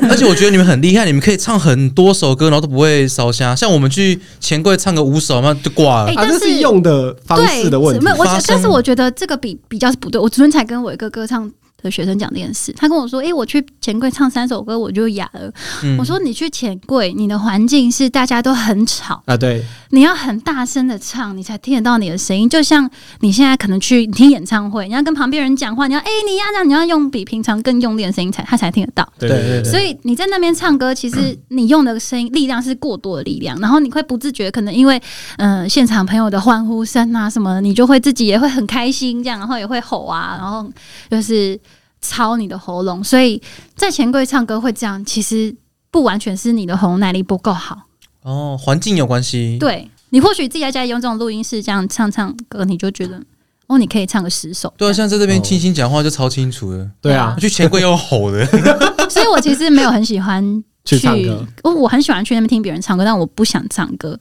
而且我觉得你们很厉害，你们可以唱很多首歌，然后都不会烧瞎。像我们去钱柜唱个五首嘛，就挂了
哎。
啊，
但
这
是
是用的方
对，
式的问题
没。有，我觉
发
得，
声
但是我觉得这个比比较是不对。我昨天才跟我一个歌唱的学生讲这件事，他跟我说：“诶，我去钱柜唱三首歌我就哑了。
嗯
我说：“你去钱柜，你的环境是大家都很吵，
啊，对，
你要很大声的唱，你才听得到你的声音。就像你现在可能去你听演唱会，你要跟旁边人讲话，你要诶，你要这样，你要用比平常更用力的声音才他才听得到。”
对
对
对
对
对，
所以你在那边唱歌，其实你用的声音力量是过多的力量，然后你会不自觉，可能因为嗯、呃现场朋友的欢呼声啊什么的，你就会自己也会很开心，这样，然后也会吼啊，然后就是操你的喉咙。所以在钱柜唱歌会这样，其实不完全是你的喉咙耐力不够好，
哦，环境有关系。
对你或许自己在家里用这种录音室这样唱唱歌，你就觉得哦，你可以唱个十首。
对啊，像在这边
哦
轻轻讲话就超清楚的，
对啊，
去钱柜又吼的。
(laughs) 所以我其实没有很喜欢
去唱歌
哦，我很喜欢去那边听别人唱歌，但我不想唱歌。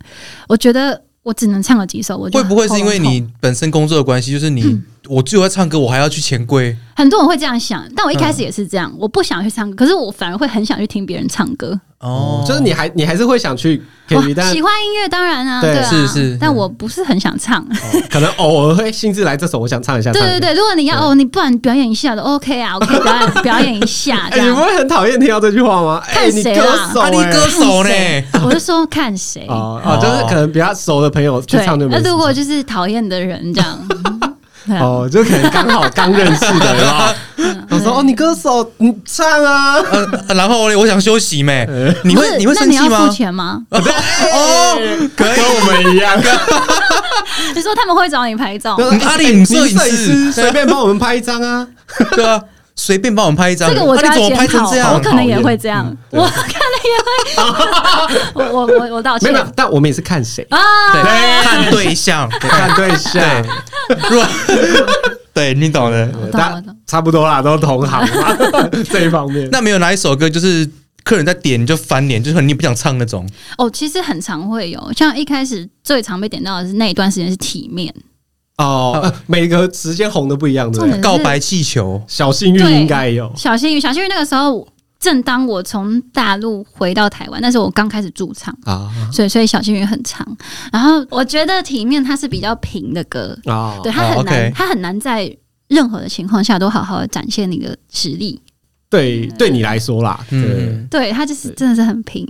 我觉得我只能唱个几首，我就
(laughs) 会不会是因为
喉咙痛嗯
你本身工作的关系？就是你，我只有在唱歌，我还要去钱柜。
很多人会这样想？但我一开始也是这样，我不想去唱歌，可是我反而会很想去听别人唱歌。
哦，
啊
就是
(laughs)
你还你还是会想去
我
KTV，但
喜欢音乐当然啊，
对
对啊，
是是
但我不是很想唱。
可能偶尔会兴致来这首，我想唱一下。
对
唱一下
对对，如果你要哦，你不然表演一下的 OK 啊，我可以表演表演一下这
哎，你不
样。
会很讨厌听到这句话吗？哎，
看
你
谁
歌
啦
手
啊，你
哎
歌手呢？
我就说看谁。
哦哦，就是可能比较熟的朋友去
对，
唱就没
那
事
如果就是讨厌的人这样，对啊
哦，就可能刚好刚认识的
(laughs)
人啊，
嗯
我说哦，你歌手，你唱啊，
呃，呃然后呢我想休 (laughs) 息没？你会
不是
你会
那
生
你
气
要
吗
付？钱吗？
(laughs) 哦，可以
跟。我们一 (laughs) 样，
你说他们会找你拍照？
就是
啊
哎
你摄
摄
影师
师随便帮我们拍一张啊，
对啊，随便帮我们拍一张。
这个我
啊
就
你
要
怎么拍
检
成
讨
这样
我？可能也会这样，
嗯
(laughs)
对
我
(laughs)
可能也会，我我我我道
没
歉
有，没有，但我们也是看谁，
对，
啊。
看对象， (laughs) 对
看对象，
如果对你懂的。
我懂我
大
懂
差不多啦，都同行嘛， (laughs) 这一方面。
那没有哪一首歌就是客人在点你就翻脸，就是你不想唱那种
哦，其实很常会有，像一开始最常被点到的是那一段时间是体面，
哦，呃每个时间红的不一样，对不
重
对？
点是
告白气球。
小幸运应该有
小幸运，小幸运那个时候正当我从大陆回到台湾，那时候我刚开始驻唱，
啊
所以所以小幸运很长。然后我觉得体面它是比较平的歌，
啊
对，它很难，
哦 OK
它很难在任何的情况下都好好的展现你的实力。
对，
嗯
对你来说啦，对
嗯，
对，它就是
对
真的是很平。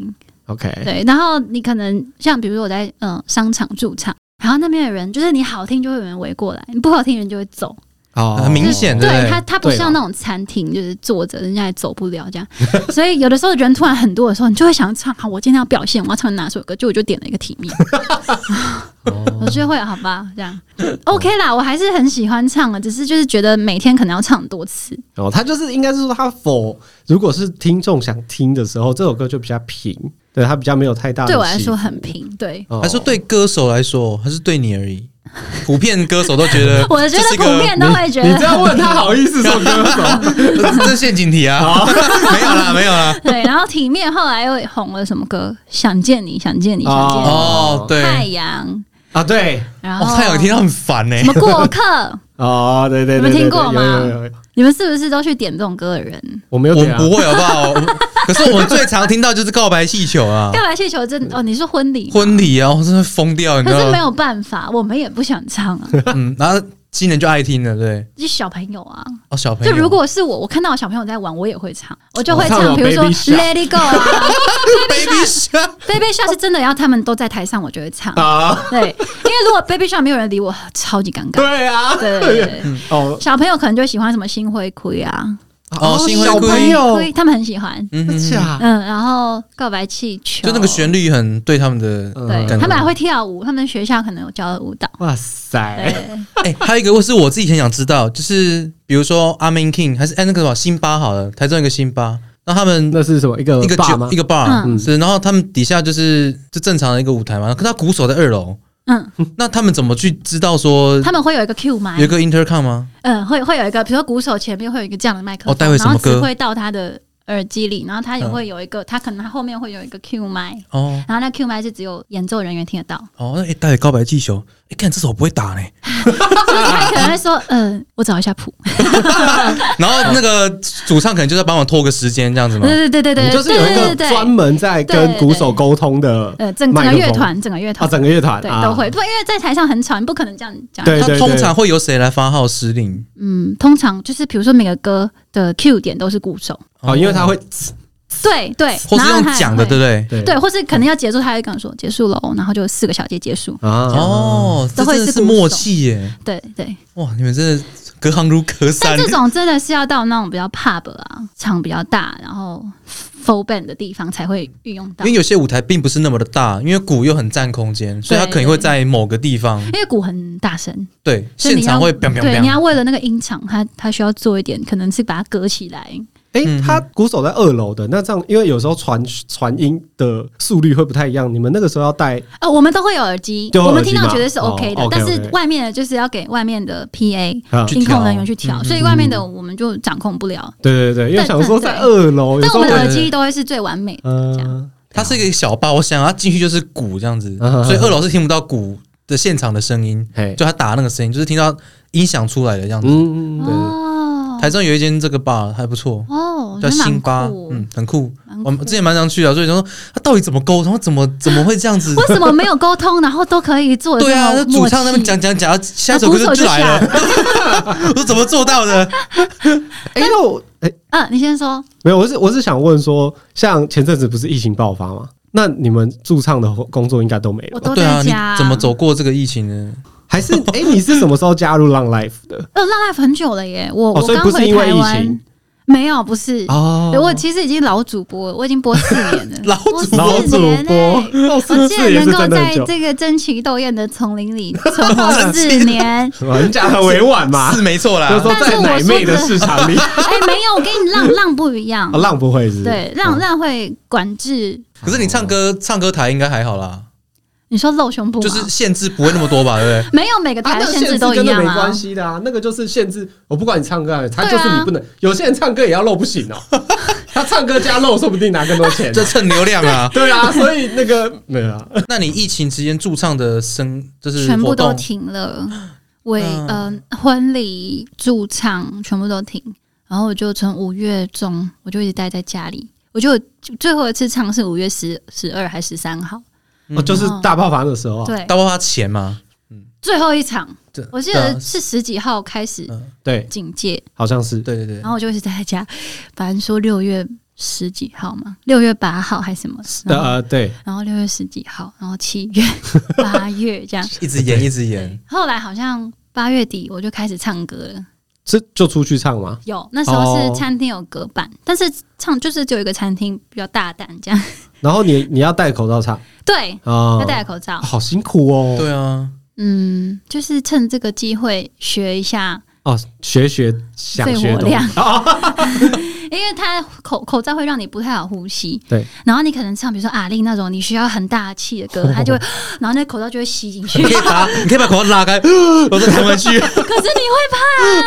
，OK，
对，然后你可能像比如说我在嗯、呃商场驻唱，然后那边的人就是你好听就会有人围过来，你不好听人就会走。
哦
很明显对不
对
对
它，它不
对
像
啦
那种餐厅，就是坐着人家也走不了这样。所以有的时候人突然很多的时候，你就会想唱，好，我今天要表现，我要唱哪首歌？就我就点了一个体面，
哦
我就会好吧，这样 OK 啦。我还是很喜欢唱的，只是就是觉得每天可能要唱很多次。
哦，他就是应该是说他否，如果是听众想听的时候，这首歌就比较平，对他比较没有太大的
对我来
起
说
伏
很，平，对。，
哦
还是对歌手来说，还是对你而已。普遍歌手都觉得
(laughs) 我觉得普遍都会觉
你这
得
样问他好意思说歌
(laughs)
手？
这是陷阱题啊， (laughs) 没有啦，没有啦。
(laughs) 对，然后体面后来又红了什么歌？想见你，想见你，想见你，
哦，对，
太阳，
啊，对，
然后
哦，太阳听到很烦呢
什。么过客，
哦，对对
你
对，
们
对对
听过吗
有有有有
你们是不是都去点这种歌的人？
我没有
我
点
们
啊，
不会好不
(laughs)
好？我们可是我们最常听到就是告白气球啊，
告白气球真哦，你说婚礼吗，
婚礼啊，我真的疯掉，你知
可是
道
没
吗？
有办法，我们也不想
(laughs)
唱啊，
嗯，然后新人就爱听了，对。
就小朋友啊。
哦，小朋
就
友，哦
如果是我，我看到小朋友在玩，我也会唱，我就会
我唱
唱，
了
比如说
Baby
《
Shark
Let It Go》啊，
Baby Shark，
《Baby Shark》是真的要他们都在台上，我就会唱。
哦
啊，
对，因为如果《Baby Shark》没有人理我，超级尴尬。
(laughs) 对啊，
对对对对，
哦
小朋友可能就喜欢什么星灰盔啊，
哦幸会
小
龟
朋友，
灰他们很喜欢。
真
嗯哼
的
哼，
假
嗯，然后告白气球，
就那个旋律很对他们的
嗯
对
感觉。
他们还会跳舞，他们学校可能有教的舞蹈。
哇塞，
对，
哎、还有一个我是我自己很想知道，就是比如说阿 m i n King 还是哎、那个什么辛巴好了，台中有一个辛巴，那他们
那是什么一个
一个
爸吗
酒一？个 bar、
嗯
是，然后他们底下就是就正常的一个舞台嘛，可他鼓手在二楼，
嗯，
那他们怎么去知道说
他们会有一个 Q 吗？
有一个 intercom 吗？
嗯，会会有一个，比如说鼓手前面会有一个这样的麦克风，
哦待会什
然
么
后
歌
只会到他的耳机里，然后他也
嗯
会有一个，他可能他后面会有一个 Q 麦，
哦
然后那 Q 麦是只有演奏人员听得到， (laughs)
哦，那哎，待会告白气球，哎、看这首我不会打呢、
所以他可能会说，嗯，我找一下谱，
然后那个主唱可能就在帮我拖个时间这样子嘛。
对对对对对，
你就是有一
对
个
对对
专门在跟鼓手沟通的
呃，整整
麦
个
克
乐
风
团，整个乐
啊，
团，
整个乐团
对
啊
都会，不因为在台上很吵，你不可能这样讲，
对
那通常会由谁来发号施令？
嗯，通常就是比如说每个歌的 Q 点都是鼓手，
哦，因为他会
对对，
或是
然后
用
他也
讲的，
会
对不对？
对
对，或是可能要结束，他会跟我说结束喽，然后就四个小节结束，
啊
哦，这
嗯都会
真的
是
是
鼓手
默契耶！
对对。
哇，你们真的隔行如隔山
但。这种真的是要到那种比较 pub 啊，场比较大，然后 full band 的地方才会运用到
因为，有些舞台并不是那么的大，因为鼓又很占空间，所以它可能会在某个地方，
因为鼓很大声，
对，
所以
现
你
场
要
会 biang biang
对，你
biang
要为了那个音场，它它需要做一点，可能是把它隔起来。
诶，
嗯
他鼓手在二楼的，那这样因为有时候传传音的速率会不太一样，你们那个时候要带
呃，我们都会有耳机，
都有
我
耳机吗
们听到绝对是
哦
OK 的，
OK，OK
但是外面的就是要给外面的 PA
啊，
去
音控
调
人员去调，
嗯
所以外面的我们就掌控不了。
对对对，因为
但
想说
但
在二楼，有
但
时
我
候
们的
对
耳机都会是最完美的。这
嗯，
它是一个小包厢，它进去就是鼓这样子，
嗯
所以二楼是听不到鼓的现场的声音，
嘿，
就他打那个声音，就是听到音响出来的这样子。
嗯，对
哦
台中有一间这个 bar 还不错，
哦，
叫
我觉得蛮
辛巴
酷，
嗯，很酷。
蛮酷
我们之前蛮常去啊的，所以想说他到底怎么沟通，怎么怎么会这样
(laughs)
子？
为什么没有沟通，然后都可以做得
对啊，那
这么
主唱那
默契哦
边讲讲讲，下一首歌
那鼓手
就
就
来了。 (laughs) 我说怎么做到的？
哎，那我哎
嗯，你先说。
没有，我是我是想问说，像前阵子不是疫情爆发嘛？那你们驻唱的工作应该都没
我
了吧，
都
对啊，
在
你
家、
怎么？走过这个疫情呢？
还是哎、你是什么时候加入浪 life
(laughs)
的？
呃，浪 life 很久了耶，我、
哦，
我
所以
刚
不是
回
因为
台
疫
湾
情，
没有，不是。
哦
对我其实已经老主播了，我已经播四年了，
老
播
主播
四
(laughs) 老主
年
播 (laughs)
欸，
哦，
我
是
竟
是也
然
是
能够
真的
在
很久，啊
这个争奇斗艳的丛林里存活
(laughs)
四年，哎
哇哦你讲的委婉嘛，
是没错啦
就。说
但是
在
我
奶妹的市场
(laughs)
里，
哎、没有，我跟你浪浪不
(laughs)
一样
哦，浪不会是不是
对，浪浪会管制，
可是你唱歌唱歌台应该还好啦，
你说露胸部吗？
就是限制不会那么多吧，对不
没有每个
啊，
台
那
的
个
限
制
制都一
跟那
样
没
啊
关，系的啊，那个就是限制。我不管你唱歌啊，他就
对
是
啊
你不能。有些人唱歌也要露不行哦， (laughs) 他唱歌加露，说不定拿更多钱。
对？。这 (laughs) 蹭流量啊
对啊，所以那个没有啊，
那你疫情期间驻唱的声就是
全部
活
都
动
停了。为呃
嗯
嗯、婚礼驻唱全部都停，然后我就从五月中我就一直待在家里，我就最后一次唱是五月十十二还十三号，
哦，就是大爆发的时候啊，
嗯对，
大爆发前嘛，
最后一场，
对
我记
对啊
得是十几号开始
嗯
对，
警戒，
好像是，
对对对
然，后我就一直待在家，反正说六月十几号嘛，六月八号还是什么，然后
呃，对，
然后六月十几号，然后七月、 (laughs) 八月这样，
一直演一直演，
后来好像八月底我就开始唱歌了。
这就出去唱嘛，
有，那时候
哦
是餐厅有隔板，但是唱就是只有一个餐厅比较大胆这样。 (laughs)
然后你你要戴口罩唱
对，
啊
要，戴口罩。
好辛苦哦，
(laughs) 对啊，
嗯，就是趁这个机会学一下，
哦，学学想学
肺活
懂 (laughs)
量 (laughs)
啊，
因为它口口罩会让你不太好呼吸。
(laughs) 对，
然后你可能唱比如说阿令那种你需要很大气的歌，它就会， (laughs) 然后那口罩就会吸进
(laughs)
去。
你可以把你可以把口罩拉开， (gasps) 我再弹回
(laughs)
去
可是你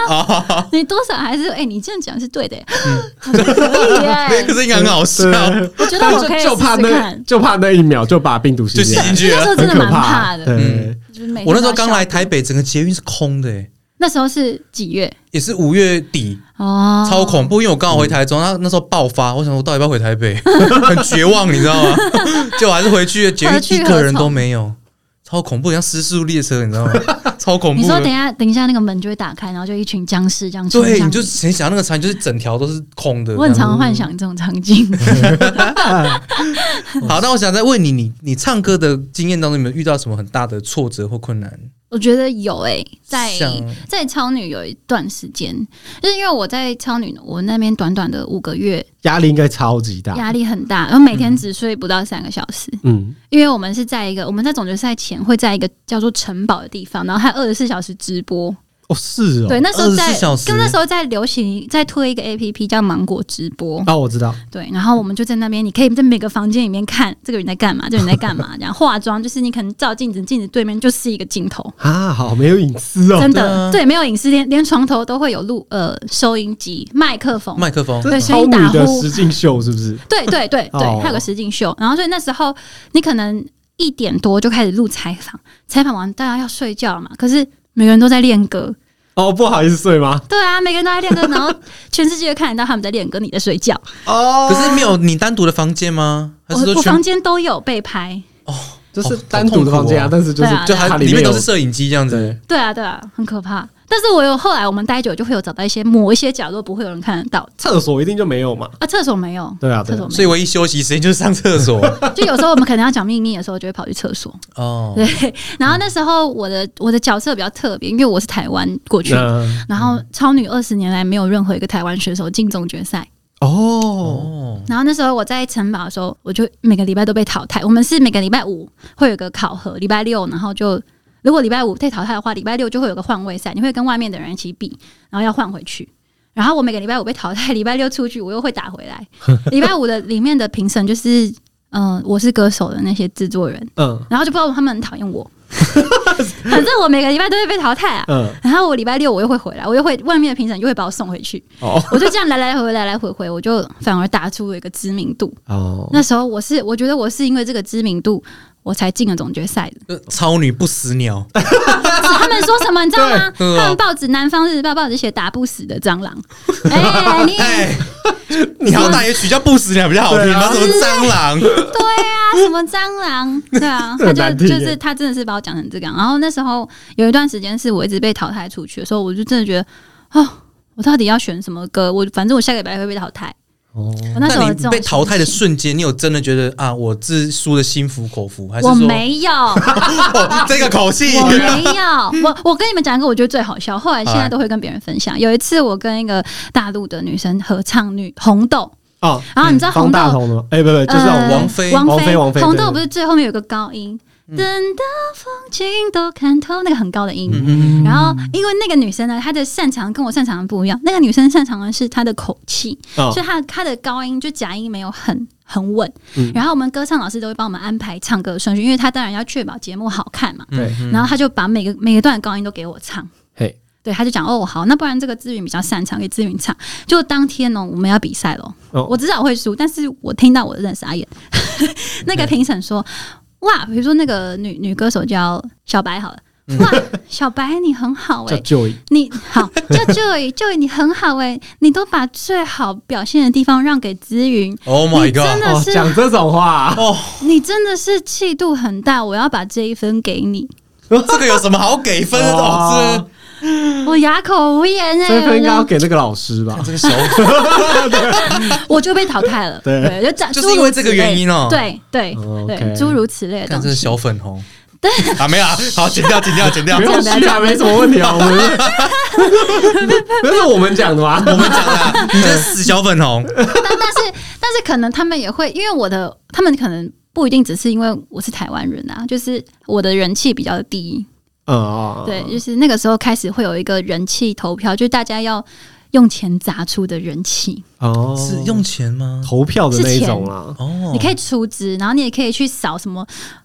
啊，
会，你多少还是哎、你这样讲是对的耶， (laughs) 我觉得可以
可 (laughs)
耶。
是应该很好笑，
对
(laughs) 我觉得
但
我
就
可以试
就怕
试
那
看。
就怕那一秒就把病毒吸
就吸
进嗯来
进，去
那时
了。
候真的
很可
蛮怕的，
对，
就是每次
我那时候
都要
刚来
笑
台北，整个捷运是空的、欸，
那时候是几月？
也是五月底，
哦，嗯
超恐怖。因为我刚好回台中，那那时候爆发，我想我到底要不要回台
(laughs)
北，很绝望，你知道吗？结果还是回去，捷
何去
运一
何
个人都
从
没有，超恐怖，像失速列车，你知道吗？
(laughs)
超恐
你
怖
说等一
的。
下，等一下那个门就会打开，然后就一群僵尸这样冲
对，
上
你
来
就谁想到那个场景，就是整条都是空的。
我很常幻想这种场景。
好，那我想再问你，你你唱歌的经验当中，有没有遇到什么很大的挫折或困难？
(laughs) 我觉得有诶、在
像
在超女有一段时间，就是因为我在超女，我那边短短的五个月，
压力应该超级大，
压力很大，然后每天只睡不到三个小时，
嗯，
因为我们是在一个我们在总决赛前会在一个叫做城堡的地方，然后它二十四小时直播。
哦是哦，
对，那时候在
24小时
跟那时候在流行在推一个 A P P 叫芒果直播，
哦我知道，
对，然后我们就在那边，你可以在每个房间里面看这个人在干嘛，这个人在干嘛，这样化妆就是你可能照镜子，镜子对面就是一个镜头，
啊，好没有隐私哦
真，
对啊
的对，没有隐私，连连床头都会有录呃收音机、麦克风，
麦克风，
对
这是
声
超
音打
女的
呼
实境秀是不是？
对对对
哦
对，它有个实景秀，然后所以那时候你可能一点多就开始录采访，采访完大家要睡觉了嘛，可是每个人都在练歌，
哦，不好意思睡吗？
对啊，每个人都在练歌，然后全世界看得
(laughs)
到他们在练歌，你在睡觉，
哦，
可是没有你单独的房间吗？还
我
是
我
说全
房间都有被拍，
就是单独的房间啊，
好痛
但
苦
是就是
对啊
就
它
还
里
里
面
面
有
都是摄影机这样子？
对啊，对啊，很可怕。但是我有后来我们待久就会有找到一些某一些角落不会有人看得到
厕所一定就没有嘛？
啊，厕所没有，
对啊，对
厕
啊
所
所，没
以
有。
唯一休息时间就是上
(laughs)
厕所
就有时候我们可能要讲秘密的时候，就会跑去厕所。
哦。
对，然后那时候我的我的角色比较特别，因为我是台湾过去，
那
然后超女二十年来没有任何一个台湾选手进总决赛。
哦，
哦，
然后那时候我在城堡的时候，我就每个礼拜都被淘汰。我们是每个礼拜五会有个考核，礼拜六然后就如果礼拜五被淘汰的话，礼拜六就会有个换位赛，你会跟外面的人一起比，然后要换回去。然后我每个礼拜五被淘汰，礼 (laughs) 拜六出去我又会打回来。礼拜五的里面的评审就是，嗯、我是歌手的那些制作人，
嗯
然后就不知道他们很讨厌我。反正我每个礼拜都会被淘汰啊。
嗯，
然后我礼拜六我又会回来，我又会外面的评审又会把我送回去，
哦
我就这样来来回回来来回回，我就反而打出了一个知名度。
哦，
那时候我是我觉得我是因为这个知名度，我才进了总决赛的。
呃超女不死
(laughs)
鸟，
哎他们说什么你知道吗？
对
他们报纸《南方日报》报纸写打不死的蟑螂，哎、你
哎，你好歹也取叫不死鸟比较好听
对啊
吧？什么蟑螂？
对啊，什么蟑螂？对啊，
这很
他
难
就
听耶
就是他真的是把我讲成这个样。然后那时候有一段时间是我一直被淘汰出去的时候，我就真的觉得，哦，我到底要选什么歌？我反正我下个礼拜会被淘汰。
哦，
我那时候有
你
这种
被淘汰的
心
瞬间，你有真的觉得啊，我自输的心服口服，还是
情我
说
没
(laughs)
有，我
哦这个口气？
没有，我我跟你们讲一个我觉得最好笑，后来现在都会跟别人
(laughs)
分享。有一次我跟一个大陆的女生合唱女红豆，
哦，
然后你知道
方
红豆
大同的吗，哎，不不，就是那种
呃
王
王菲
王
王菲嗯王菲
红
对
豆
对
不是最后面有个高音，等到风景都看透，那个很高的音。
嗯
然后，因为那个女生呢，她的擅长跟我擅长的不一样。那个女生擅长的是她的口气，
哦
所以她她的高音就假音没有很很稳。
嗯
然后我们歌唱老师都会帮我们安排唱歌的顺序，因为她当然要确保节目好看
嗯
嘛。
对，
然后她就把每个每一段高音都给我唱。
嗯嘿，
对，她就讲哦，好，那不然这个志云比较擅长，给志云唱。就当天呢、我们要比赛咯，
哦
我知道我会输，但是我听到我真的傻 (laughs) 眼。
嗯
那个评审说：“哇，比如说那个女女歌手叫小白好了，
嗯
哇，小白你很好哎、
叫 Joy，
你好，就 Joy Joy 你很好哎、你都把最好表现的地方让给资云，
Oh
你
my
真
god！
的
哦，
是
讲这种
(laughs)
话，
哦，
你真的是气度很大，我要把这一分给你，
哦这个有什么好给分的？哦，
哦
我哑口无言哎、
这份应该要
我就
给那个老师吧
这？这个手
我就被淘汰了，
对
对，就讲
就是因为这个原因哦
对对
哦
对，
OK
诸如此类的
看
东
这是
西。
小粉红，对啊，没有啊，好，剪掉，剪掉，剪
(laughs)
掉
(laughs)
不。用去啊，没什么问题啊，我们那是我们 (laughs) 讲的吧？
我们讲啦，你这死小粉红，
但但是但是可能他们也会，因为我的他们可能不一定只是因为我是台湾人啊，就是我的人气比较低。
嗯哦，
对，就是那个时候开始会有一个人气投票，就是大家要用钱砸出的人气，
哦，
是用钱吗？
投票的那一种啊啦。
哦，
你可以出资，然后你也可以去扫什么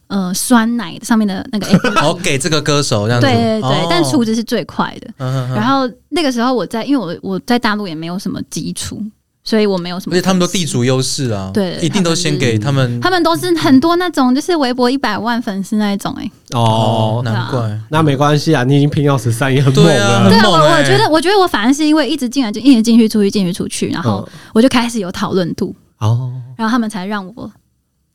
呃酸奶上面的那个 APP。
好给 (laughs) 这个歌手这样子，
对对对，
哦
但出资是最快的。
嗯嗯嗯
然后那个时候我在，因为我我在大陆也没有什么基础，所以我没有
而
什么。
且他们都地主优势啊，
对
一定都先给他们。
他们都是很多那种，就是微博一百万粉丝那一种、欸，
哦，
哦，
难怪。
那没关系啊，你已经拼到十三，也很猛
对啊
了。
对
很
啊，我
猛欸
我觉得，我觉得我反而是因为一直进来就一直进去出去进去出去，然
嗯
嗯
后我就开始有讨论度，
哦，
然后他们才让我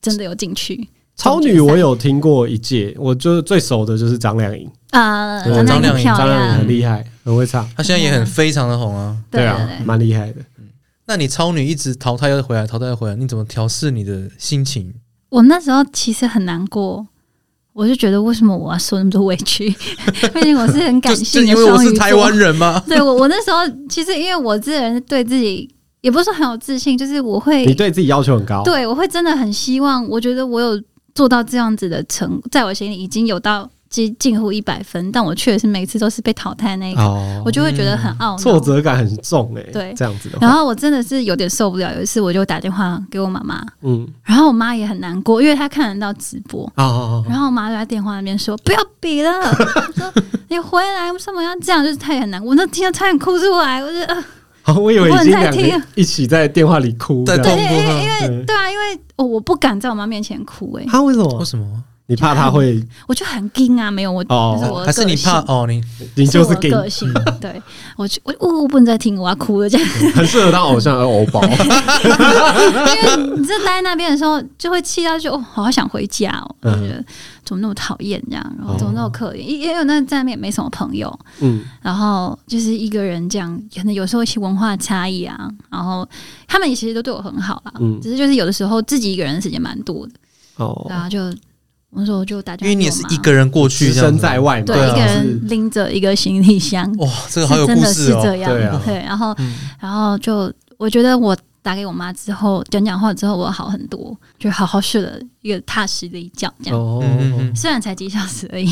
真的有进去。
超女我有听过一届，我就是最熟的就是张靓颖，
呃，
对
张靓颖漂
张靓颖
亮
很，厉害，很会唱，
他现在也很非常的红啊。
对
啊
对，对，
蛮厉害的。
那你超女一直淘汰又回来，淘汰又回来，你怎么调试你的心情？
我那时候其实很难过。我就觉得为什么我要受那么多委屈？ (laughs) 毕竟我是很感
就
性
就
的
因为我
双
是
鱼
台
座
湾。人啊吗？
(laughs) 对我，我那时候其实因为我这个人对自己也不是说很有自信，就是我会
你对自己要求很高，
对，我会真的很希望，我觉得我有做到这样子的成，在我心里已经有到近近乎一百分，但我确实每次都是被淘汰那一个，
哦
我，就会觉得很懊恼。
挫折感很重哎。
对
这样子的
然
话，
后我真的是有点受不了，有一次我就打电话给我妈妈，
嗯，
然后我妈也很难过，因为她看得到直播。
(laughs) 哦哦哦
然后我妈就在电话那边说：“不要比了，说你回来为什么要这样？就是她也很难过，我那听到差点哭出来，我就、呃、
好，我以为已经两
不能再听
个一起在电话里哭这
在
样，
痛哭吗？
对
(laughs) 对啊，因为我我不敢在我妈面前哭、欸，
他为什
为
么？
什么？
你怕他会，
我就很惊啊，没有我，
哦
就是我的
还是你
个性
怕哦？你
你
是
就
我
是给
个性，对我就我我我不能再听，我要哭
(laughs)
了这样。
很适合当偶像而偶包。
因为你这待在那边的时候，就会气到就哦，好想回家哦，我
嗯
觉得怎么那么讨厌这样，然后
哦
怎么那么可怜，也也有那在那边也没什么朋友，
嗯，
然后就是一个人这样，可能有时候一些文化差异啊，然后他们也其实都对我很好啦，
嗯
只是就是有的时候自己一个人的时间蛮多的，
哦，
然后就我说我就打电
因为
话，
你也是一。个人过去
置
这样
身
子，
在外嘛，
对，
对啊
一个人拎着一个行李箱，
哇，这个好
是
有
真
故
的
事
是这
哦。
样，
对啊
然后
嗯
然后就我觉得我打给我妈之后讲讲话之后，我好很多，就好好睡了一个踏实的一觉，这样。
哦，
嗯嗯
虽然才几小时而已，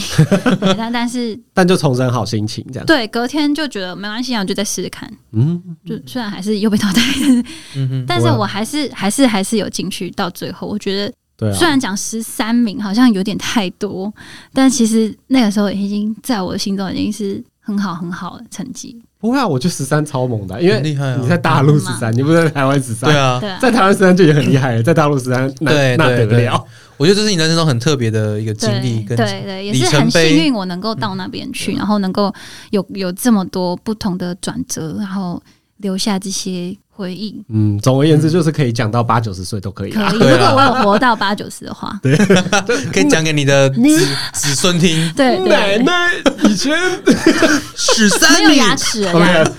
对但但是
但就重整好心情这样。
对隔天就觉得没关系啊，我就再试试看。
嗯，
就虽然还是又被淘汰，
嗯嗯，
但是
不会
我还是还是还是有进去到最后。我觉得
对
虽
啊，
然讲十三名好像有点太多，但其实那个时候已经在我心中已经是很好很好的成绩。
不会啊，我就十三超猛的啊，因为
很厉害啊
你在大陆十三，你不是在台湾十三，
对，啊，
对啊，
在台湾十三就已经很厉害了，在大陆十三那
对
那得
对对
了？
我觉得这是你人生中很特别的一个经
对
历跟
对对，也
里
是
程
很
碑
幸运，我能
嗯
够到那边去，然后能够有有这么多不同的转折，然后留下这些回忆。
嗯，总而言之就是可以讲到八九十岁都可以
可
啊。
以，
对啊
如果我有活到八九十的话，对。
可以讲给你的子
(laughs)
子孙听
对
奶
对，
奶以前
十
没
三
有
米
牙齿了
OK，
啦，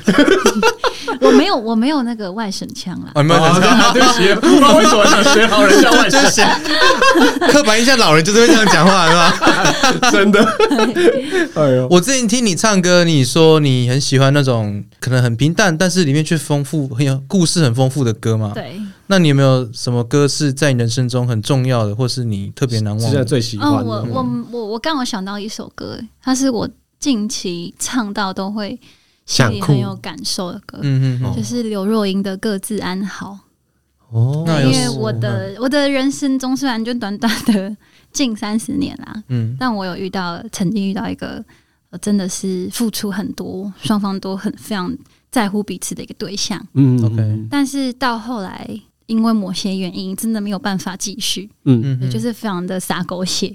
我没有我没有那个外省腔啦。
啊，没有
哦 (laughs)
牙齿，
对不起，不知道为什么想学好人家外
(laughs) 就
省
是想刻板印象，老人就是会这样讲话，是吧？
真的。 (laughs) 哎呦，
我之前听你唱歌，你说你很喜欢那种可能很平淡，但是里面却丰富、很有故事、很丰富的歌
啊
嘛？。
对，
那你有没有什么歌是在你人生中很重要的，或是你特别难
现
忘
在
的？
最喜
哦，
欢
我
的嗯
我我我刚好想到一首歌，它是我近期唱到都会心
想
里
哭
很有感受的歌，
嗯嗯嗯。
就是刘若英的《各自安好》。
哦
那
因
有
为
什
我
么
的我的人生中虽然就短短的近三十年啦，
嗯，
但我有遇到曾经遇到一个、呃真的是付出很多，双方都很非常在乎彼此的一个对象，
嗯
OK
但是到后来因为某些原因，真的没有办法继续，
嗯
(laughs) 嗯，
(laughs) 就是非常的洒狗血，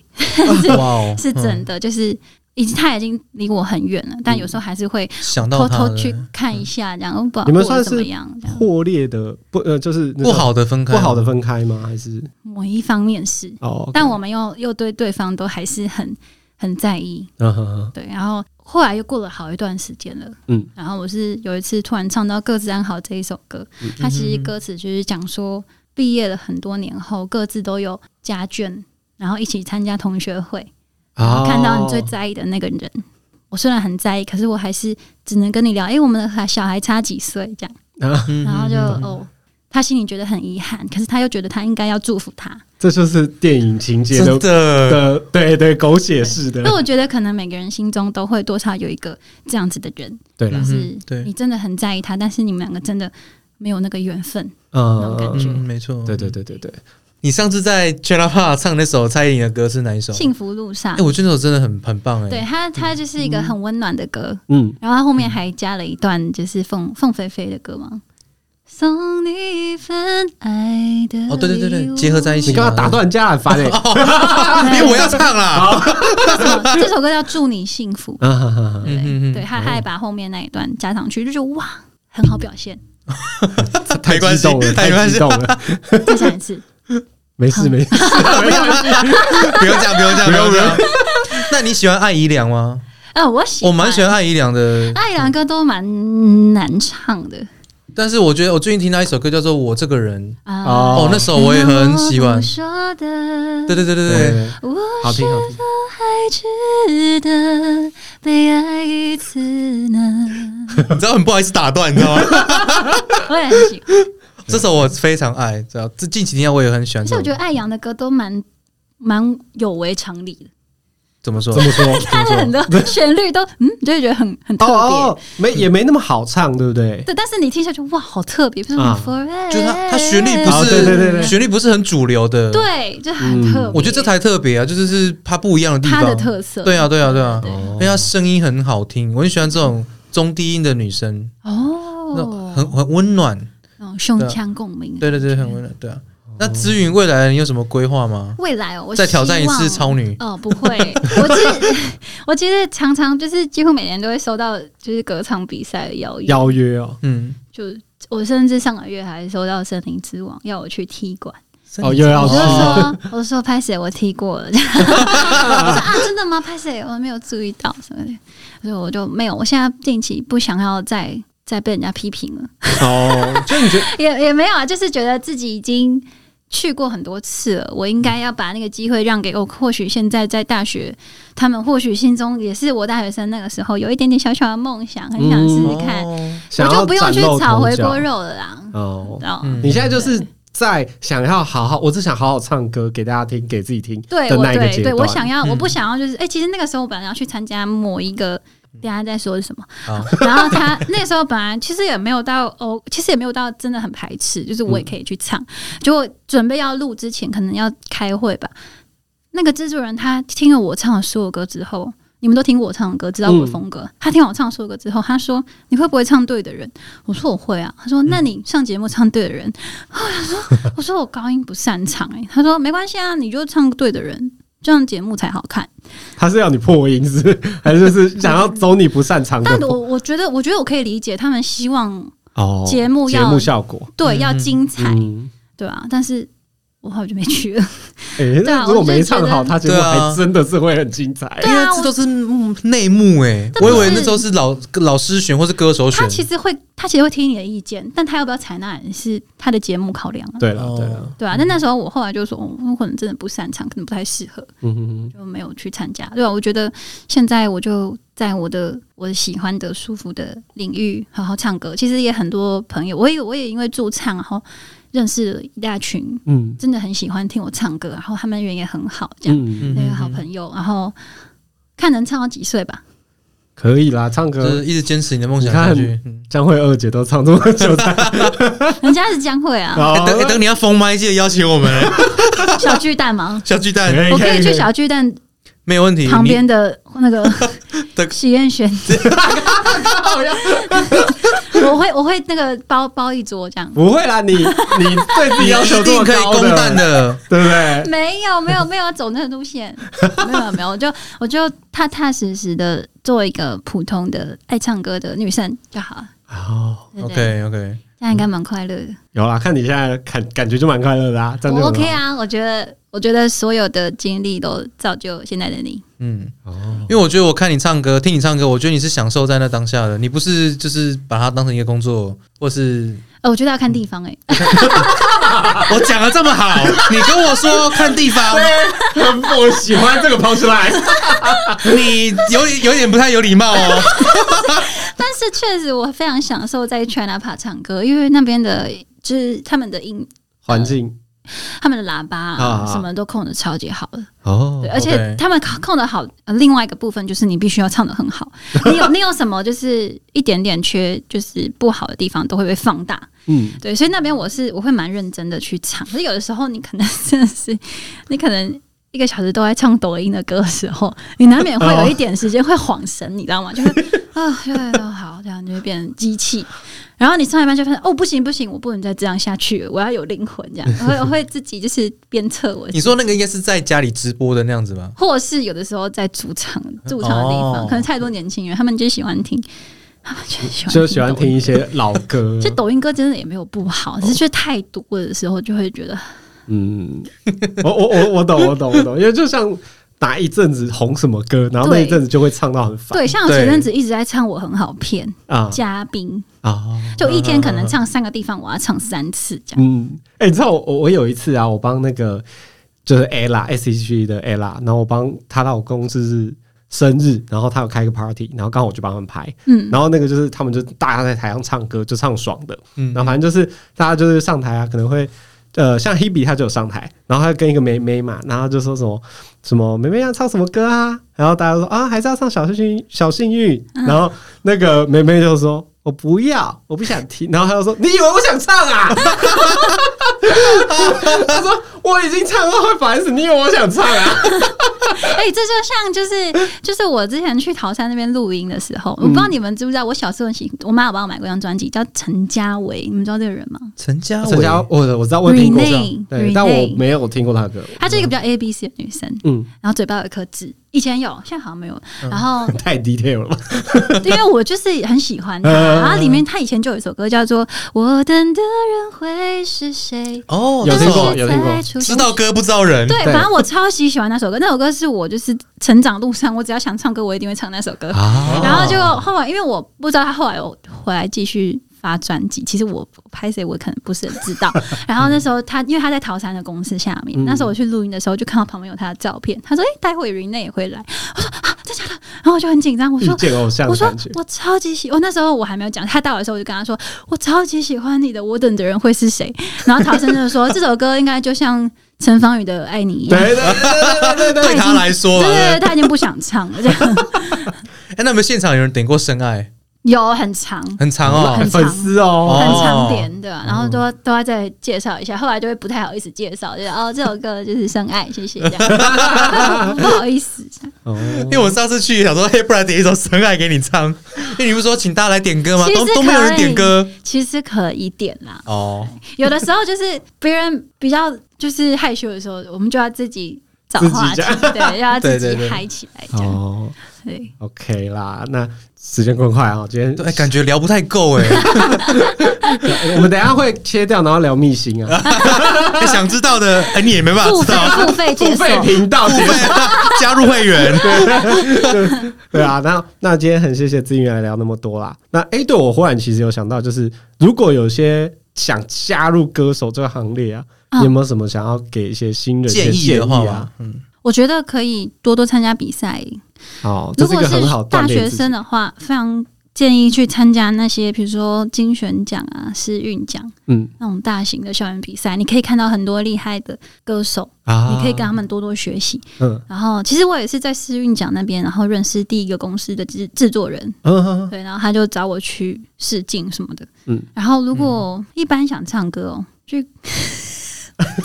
哇哦
嗯
是真的，就是已经他已经离我很远了，但有时候还是会
嗯
想到
偷
他
偷去
的
看一下，这样哦不知道
你们
过
算
得怎么
是
样。这样
破裂的嗯不呃，就是那
不
个
好的分开，啊
不好的分开吗？还是
某一方面是，
哦？
但我们又又对对方都还是很很在意，
嗯哼哼
对。然后后来又过了好一段时间了，
嗯，
然后我是有一次突然唱到《各自安好》这一首歌，
嗯
它其实歌词就是讲说，毕业了很多年后，各自都有家眷，然后一起参加同学会，
哦
然
啊
后看到你最在意的那个人。我虽然很在意，可是我还是只能跟你聊。哎、我们的小孩差几岁这样，
啊，
嗯，
然后就、
嗯
哦，他心里觉得很遗憾，可是他又觉得他应该要祝福他。
这就是电影情节的
真的
的，对对，狗血式的
那，我觉得可能每个人心中都会多少有一个这样子的人，
对
就
了
嗯，
是
对
你真的很在意他，但是你们两个真的没有那个缘分。那
嗯
种，感
嗯
觉
嗯，没错，
对对。对对对，
你上次在 c h a n a p a 唱那首蔡依林的歌是哪一首？
幸福路上
哎，，我觉得那首真的很很棒
对
哎，
他，他就是一个很温暖的歌。
嗯，
然后他后面还加了一段就是凤凤飞飞的歌嘛，送你一份爱的
哦对对对对
礼物
结
(laughs)
合在一起
你干嘛打断人家很烦哎？
因为我要唱啦。
这首这首歌叫《祝你幸福》，
啊哈哈哈
对、
嗯嗯嗯
对，他他还把后面那一段加上去，就觉得哇，很好表现。
太
没关
激
系
动了，
没
太
关系
激动了，
再唱一
(laughs)
次，
没事没事，
不用讲，不用讲，
不
不
用
用讲。那你喜欢艾怡良吗？
呃，我喜
我蛮喜
欢
欢艾怡良的，
(laughs) 爱兰歌都蛮难唱的
但是我觉得我最近听到一首歌叫做《我这个人》，
啊。
哦
哦，那首我也很喜欢
我。说的，
对对对对对，，
我
好听好听，
还值得被爱一次呢。
你知道很不好意思打断，你知道吗？
我也很喜欢，
(laughs) 这首我非常爱，知道这近几天我也很喜欢
而
这
且
首
我
歌。
觉得艾扬的歌都蛮蛮有违常理的，
怎么说
这？么说，这
(laughs) 他
么
的很
说。
多旋律都嗯，就会觉得很很特
哦
别。
哦，没也没那么好唱，对不对？
对，但是你听下去哇，好特别，就是
啊
forever，
就是它它旋律不
哦对对对嗯对
是旋律不是很主流的，，
对，就很特别。
嗯我觉得这才特别啊，就是是它不一样的地方，
它的特色
对啊，对啊，对啊，
对
哦
因为她声音很好听，我很喜欢这种中低音的女生，那种
哦，
很很温暖，
那种胸腔共鸣。
对对对，很温暖，对啊。那资云未来你有什么规划吗？
未来哦，我
再挑战一次
希望
超女，
哦，不会，我其实 (laughs) 我其实常常就是几乎每年都会收到就是歌唱比赛的邀约，
邀约哦，
嗯，
就我甚至上个月还收到《森林之王》要我去踢馆，
哦又要
我
哦
就说我就说拍谁我踢过了，我 (laughs) 说啊真的吗？拍谁我没有注意到什么的，所以我就没有，我现在近期不想要再再被人家批评了，
哦，就你觉得
(laughs) 也也没有啊，就是觉得自己已经。去过很多次了，我应该要把那个机会让给我。或许现在在大学，他们或许心中也是我大学生那个时候有一点点小小的梦想，很想试试看，
哦
嗯想
我
要
就不用
崭
去
露
炒
头
回
角
锅肉了啦。
哦，
然后、
嗯
你现在就是在想要好好，我只想好好唱歌给大家听，给自己听
对
的
我
那一个阶
对对，
段。
我想要，我不
嗯
想要就是，哎、其实那个时候我本来要去参加某一个。等一下再说是什么
嗯好，
(laughs) 然后他那个时候本来其实也没有到哦，其实也没有到真的很排斥，就是我也可以去唱。
嗯
结果准备要录之前，可能要开会吧。那个制作人他听了我唱的所有歌之后，你们都听我唱的歌，知道我的风
嗯
格。他听完我唱所有歌之后，他说：“你会不会唱对的人？”我说：“我会啊。”他说：“那你上节目唱对的人。我说：“我高音不擅长。”哎，他说：“没关系啊，你就唱对的人，这样节目才好看。
他是要你破音是不是，还是就是想要走你不擅长
(laughs)
的
但我我觉得，我觉得我可以理解他们希望
哦
节目
节
要
目效果？
对
嗯
要精彩，
嗯，
对啊，但是我后来就没去了。
哎，
(laughs) 对啊
那如果
我就
没
觉
唱
得
好，他节目
对啊
还真的是会很精彩。
对啊
因为这都是幕内幕
欸
哎，
这不
我以
是
为那时候是老老师选或是歌手选
他，其实会，他其实会听你的意见，但他要不要采纳也是他的节目考量啊。
对了
哦
对了，
对啊，但那时候我后来就说，哦我可能真的不擅长，可能不太适合，
嗯哼哼，
就没有去参加。对啊，我觉得现在我就在我的我喜欢的、舒服的领域好好唱歌。其实也很多朋友，我也我也因为驻唱，然后认识了一大群
嗯
真的很喜欢听我唱歌，然后他们人也很好，这样
嗯，
嗯
那个好朋友，然后看能唱到几岁吧。
可以啦，唱
就
歌
是一直坚持你的梦想
你看
下去。嗯
江蕙二姐都唱这么久才
(laughs) 人家是将会啊，
好
哎， (laughs) 等哎等你要封麦，记得邀请我们
(laughs)
小巨蛋嘛，
小巨蛋，
啊哎可以
我可以去小巨蛋
没有问题。
(laughs)
旁边的那个
的
许愿轩，
靠呀！
我会我会那个包包一桌这样。
不会啦，你你对自己要求这
一定
么
可以
高
公
的，
蛋的。
对不对？
没有没有没有走那个路线， (laughs) 没有没有，我就我就踏踏实实的做一个普通的爱唱歌的女生就好了，
哦，
对不对？
OK OK，
这样应该蛮快乐的。
有啦，看你现在感感觉就蛮快乐的啊，这样就
我
很好
OK。啊，我觉得我觉得所有的经历都造就现在的你。
嗯，
哦，
因为我觉得我看你唱歌，听你唱歌，我觉得你是享受在那当下的，你不是就是把它当成一个工作，或是
呃，我觉得要看地方哎、
啊我讲的这么好， (laughs) 啊你跟我说看地 (laughs) 方，
对，我喜欢这个 punch
(laughs)
line。
你有有点不太有礼貌哦。
但是确实我非常享受在 China Park 唱歌，因为那边的就是他们的音、
环境
他们的喇叭啊
啊
什么都控的超级好的，
哦
对，而且
OK
他们控控的好。呃另外一个部分就是你必须要唱的很好，你有你有什么就是一点点缺就是不好的地方都会被放大，
嗯，
对，所以那边我是我会蛮认真的去唱，可是有的时候你可能 (laughs) 真的是，你可能一个小时都在唱抖音的歌的时候，你难免会有一点时间会晃神，你知道吗？
(laughs)
就会啊，对对对，好，这样就会变成机器。然后你唱一半就发现，哦，不行不行，我不能再这样下去了，我要有灵魂，这样我会我会自己就是鞭策我。
你说那个应该是在家里直播的那样子吧？
或是有的时候在主场驻场的地方，
哦
可能太多年轻人，他们就喜欢听，他们就喜欢
就喜欢
抖音
听一些老歌
其。实抖音歌真的也没有不好，只是觉得太多的时候就会觉得，
嗯，我我我我懂我懂我懂，因为就像哪一阵子红什么歌，然后那一阵子就会唱到很烦。
对，像我前阵子一直在唱《我很好骗》，
啊
嘉宾
啊，
就一天可能唱三个地方，我要唱三次这样。
嗯，哎、你知道我我我有一次啊，我帮那个就是 ella S H E 的 ella，然后我帮她老公就是生日，然后她有开个 party，然后刚好我就帮他们拍，
嗯，
然后那个就是他们就大家在台上唱歌，就唱爽的，
嗯
然后反正就是大家就是上台啊，可能会呃，像 Hebe 她就有上台，然后她跟一个妹妹嘛，然后就说什么什么妹妹要唱什么歌啊，然后大家就说啊，还是要唱小幸运小幸运，
嗯
然后那个妹妹就说。我不要，我不想听。然后她就说：“你以为我想唱啊？”她说：“我已经唱到会烦死，你以为我想唱啊
哎、这就像就是就是我之前去桃山那边录音的时候，我不知
嗯
道你们知不知道，我小时候很喜，我妈有帮我买过一张专辑叫陈嘉维，你们知道这个人吗？
陈嘉？”
(laughs) 陈
伟，
家，我我知道我有听过
Renee，，
对，但我
Renee
没有听过她的歌。
她是一个比较 A B C 的女生， (laughs)
嗯，
然后嘴巴有一颗痣，以前有，现在好像没有。然后
太 detail 了吧？
因为我就是很喜欢他，
嗯
然后里面他以前就有一首歌叫做《我等的人会是谁》，
哦，
有听过
就是
有听过
在出现
知道歌不知道人，
对，
对
反正我超级喜欢那首歌，那首歌是我就是成长路上，我只要想唱歌，我一定会唱那首歌。
啊
然后就后来，因为我不知道他后来有回来继续发专辑，其实我拍谁我可能不是很
(laughs)
知道。然后那时候他，因为他在桃山的公司下面，
嗯
那时候我去录音的时候就看到旁边有他的照片，他说：“哎、待会 Rene 也会来。”我说：“啊，真假的？”然后我就很紧张，我
遇
说。
见偶像
我
的
说
感觉。
我超级喜，我那时候我还没有讲，他到的时候我就跟他说，我超级喜欢你的，我等的人会是谁？然后陶生就说这首歌应该就像陈芳宇的《爱你》一
对
样，
对对 (laughs) 对对对，
对他来说
对
嘛，
对对，他已经不想唱了，这样
哎，那你们现场有人点过《深爱
有很长，》，
很长哦 (laughs)
很，
粉丝 (laughs) 哦，
哦
很长点的，然后都都要再介绍一下，后来就会不太好意思介绍，就是哦，这首歌就是《深爱》，谢谢，这样 (laughs) 不好意思，
哦，
因为我上次去想说，嘿，不然点一首《深爱》给你唱， (laughs) 因为你不是说请大家来点歌吗？
其实
都都没有人点歌
其实可以点啦，
哦，
有的时候就是别人比较就是害羞的时候，我们就要自己找
自己
话题，
(laughs)
对，要自
对对
己
对
嗨起来，这样
哦
对。
，OK 啦，那时间过得快啊，今天
对，哎感觉聊不太够哎，
(laughs) 我们等一下会切掉，然后聊密星啊，
哎想知道的哎，你也没办法
付
知
费
道，
付费
付
解锁，
费频
(laughs)
道
付
节目
费 (laughs) 加入会员，
(laughs) 对啊，那那今天很谢谢资源来聊那么多啦。那哎、诶对我忽然其实有想到，就是如果有些想加入歌手这个行列啊，
嗯
你有没有什么想要给一些新人一些
建议
建
的话
议啊
嘛？，嗯，
我觉得可以多多参加比赛。
哦，这
如
是一
果
个很好锻
大
炼
学
自己
生。的啊话，非常建议去参加那些，比如说金选奖啊、诗韵奖
嗯
那种大型的校园比赛，你可以看到很多厉害的歌手，
啊
嗯
你可以跟他们多多学习。
嗯
然后，其实我也是在诗韵奖那边，然后认识第一个公司的制制作人，
嗯
(laughs)
嗯
对，然后他就找我去试镜什么的。
嗯
然后如果一般想唱歌哦，去。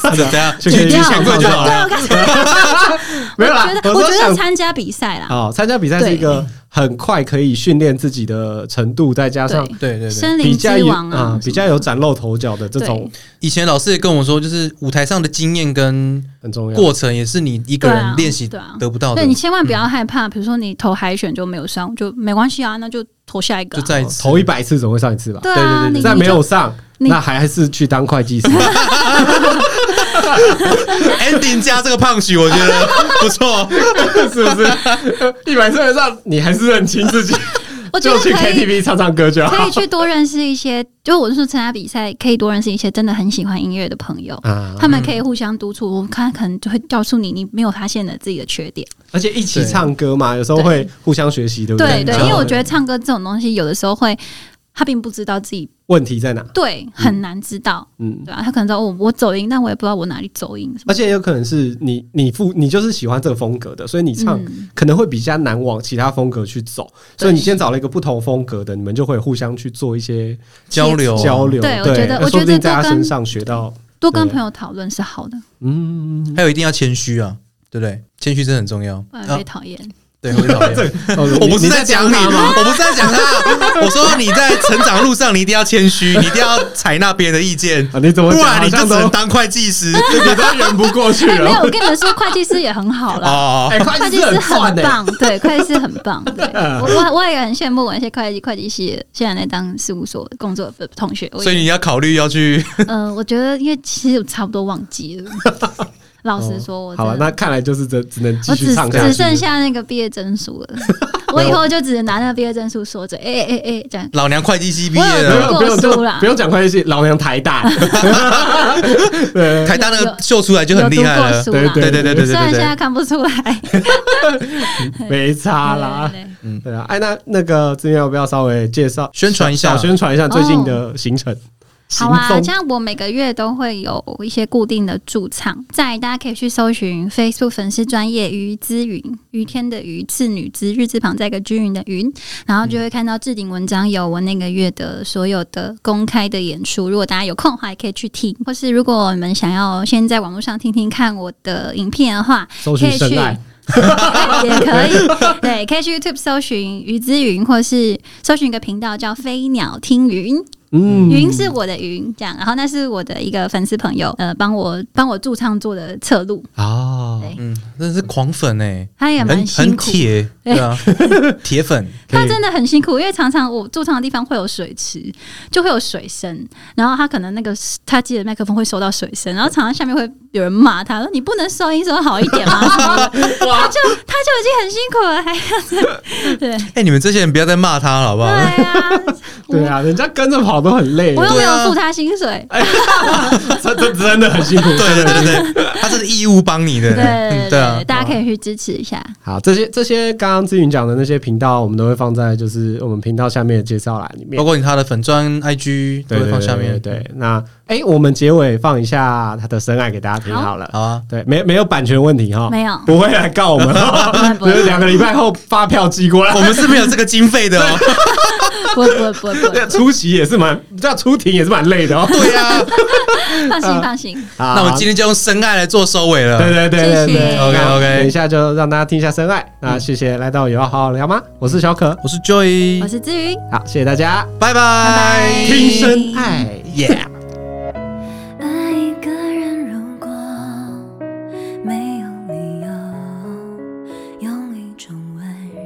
这怎样？
就
去
可以
去
去
抢
购
购就好
对，
了。
啊我看
啊 (laughs) 没有啦
我觉，得
我
我
说
觉
想
得参加比赛啦，
哦，参加比赛是一个很快可以训练自己的程度，再加上
对
对，
对对，
森
比
林
较
之
有
王啊
啊，，比较有崭露头角的这种
以前老师也跟我说，就是舞台上的经验跟
很重要。
过程，也是你一个人练习
对啊对啊
得不到的
对。你千万不要害怕，比如说你投海选就没有上，就没关系啊，那就投下一个
就
啊。
再一
哦
次
头一百次总会上一次吧？
对啊，你
再
你
没
就
有上，
你
那还是去当会
(laughs)
计师。
ending 加这个胖许，我觉得 (laughs) 不错。
是 (laughs) 不是？一百岁以上，你还是认清自己，
我觉
就
得
去
可以
KTV 唱唱歌就
可
好
以去多认识一些，就我是说参加比赛可以多认识一些真的很喜欢音乐的朋友。
啊
他们可以互相督促，我看可能就会告诉你你没有发现的自己的缺点。
而且一起唱歌嘛，有时候会互相学习，对不对，
对对，
然
因
后
为我觉得唱歌这种东西，有的时候会他并不知道自己
问题在哪？
对很难知道，
嗯，
对啊，他可能知道我我走音，但我也不知道我哪里走音什么
而且也有可能是你你负你就是喜欢这个风格的，所以你唱
嗯
可能会比较难往其他风格去走。所以你先找了一个不同风格的，你们就会互相去做一些
交流啊
交流。
对我觉
那
得我觉
说
得
不定在
这
他
跟
身上学
(laughs)
到，
多跟
对
朋友讨论是好的，
嗯，
还有一定要谦虚啊，对不对？谦虚真的很重要
不然
啊
被。讨厌。
对，我讨厌
我
我不是在讲你，我不是在讲他，我说你在成长路上，你一定要谦虚，你一定要采纳别人的意见，
啊？你怎
不
么讲？
然你就
好
只
像
能
都
当会计
(laughs)
师。
(laughs) 你都圆不过去 (laughs)
哎，没有，
了。
我跟你们说，会计师也很好啦。
哦，
哎，
会
会
计
计
师
师
很
赚的，
棒，对，会计师很棒。
(laughs)
对，
啊
我我我也很羡慕我那些会计会计系现在在当事务所工作的同学。我也
所以你要考虑要去
呃，我觉得因为其实我差不多忘记
(laughs)
了，老实说，我
好了，
真的
那看来就是只只能继
我
续
只
唱下去。
只剩下那个毕业
(laughs)
证书了，我以后就只能拿那个毕业证书说着，哎哎哎，这样
老娘会计系毕业
不
了，
用不用
过书
就
啦
不用讲会计系，老娘台大。对
台大那个秀出来就
有
很
读
厉害
过
了。
书
对
啦。
对对对对
虽
对
然现
对
在，看不出来，
没差啦。
对对对
对啊，哎，那那个志远要不要稍微介绍
宣传一下
小宣传一下最近的行程？行
哦好啊，
踪
这样我每个月都会有一些固定的驻唱，再来大家可以去搜寻 Facebook 粉丝专业于之云，于天的于，次女之日字旁再一个均匀的云，然后就会看到置顶文章有我那个月的所有的公开的演出。如果大家有空的话，也可以去听，或是如果你们想要先在网络上听听看我的影片的话，
搜寻深爱
(laughs) 也可以，对，可以去 YouTube 搜寻于之云，或是搜寻一个频道叫飞鸟听云。
嗯
云是我的云，这样，然后那是我的一个粉丝朋友，呃，帮我帮我驻唱做的侧录，
啊，
对
嗯，真的是狂粉哎，
他也蛮
很
辛
很
苦，
铁，对啊，铁粉。
他真的很辛苦，因为常常我驻唱的地方会有水池，就会有水声，然后他可能那个他接的麦克风会收到水声，然后常常下面会有人骂他说你不能收音收好一点吗？什么的他就他就已经很辛苦了，还要对
哎，你们这些人不要再骂他了，好不好？
对啊，
对啊，人家跟着跑都很累，
我又没
对啊
有付他薪水，
(laughs) 这这真的很辛苦。
对对对对
(laughs)
对，他是义务帮你的，
对
嗯 (laughs)
对
对啊
对，，大家可以去支持一下，
好，这些这些刚刚志云讲的那些频道，我们都会放在就是我们频道下面的介绍栏里面
包。括你他的粉砖、IG 都
对
会
对
放下面。
对，对对那哎、我们结尾放一下他的深爱给大家听好了。
好啊，
对，没没有版权问题哈，
没有
不会来告我们哈，
不会 (laughs) 不
就
会
是两个礼拜后发票寄过来
我。们是没有这个经
(laughs)
费的哦。
不会不会不会不会，
对出席也是蛮，这样出庭也是蛮累的哦。
对啊，
放心放心。
好
(laughs) 那我们今天就用深爱来做收尾了。
对对对对
谢谢
对
OK，OK
等一下就让大家听一下深爱。那谢谢来到有要好好聊吗？我是小可，
我是 Joy，
我是志云，
好，谢谢大家，
拜拜，
拜
听深爱。
，Yeah。
爱一个人如果没有理由，用一种温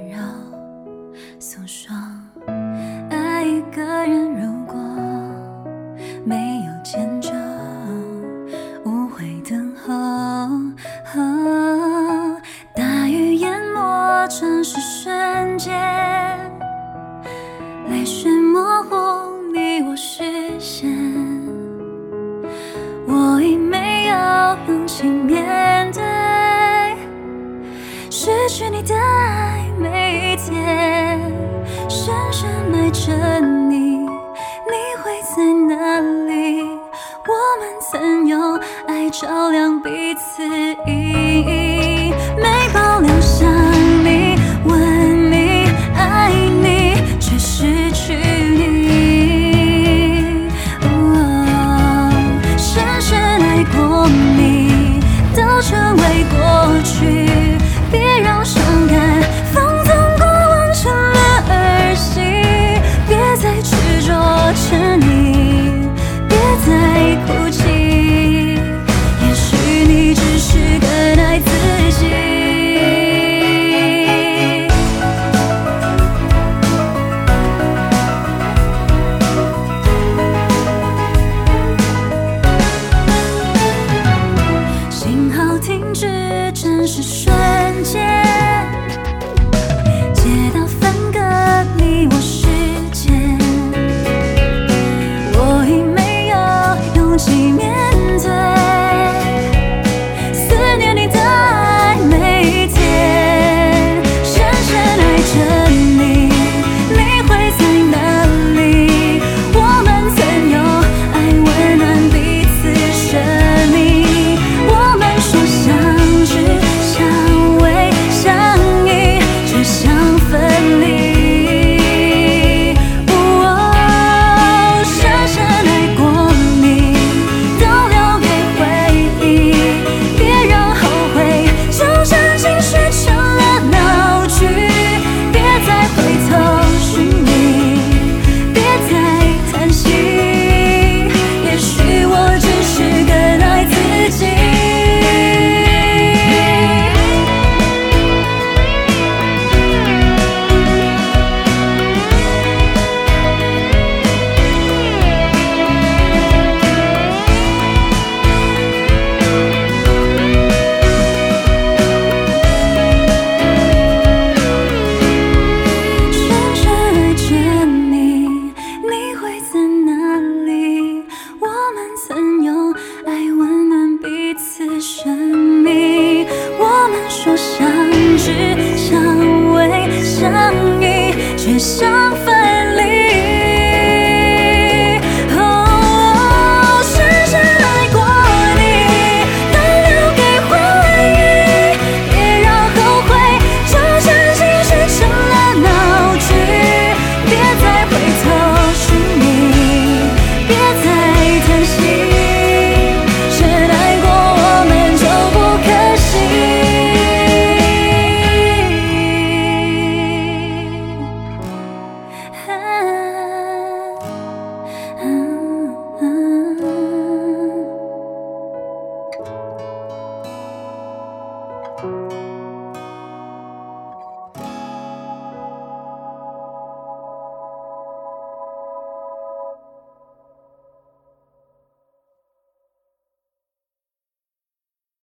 柔诉说；爱一个人如果没有迁就，无悔等候。哦大雨淹没城市瞬间，泪水模糊你我视线。我已没有勇气面对失去你的爱，每一天深深爱着你，你会在哪里？我们曾用爱照亮彼此意义，每泡流想你，吻你，爱你，却失去你。哦深深爱过哦们曾有爱温暖彼此生命。我们说相知、相偎、相依，却相分离。哦，深深爱过你，但留给回忆，别让后悔。这真心是成了闹剧，别再回头寻觅，别再叹息。深爱过，我们就不可惜。啊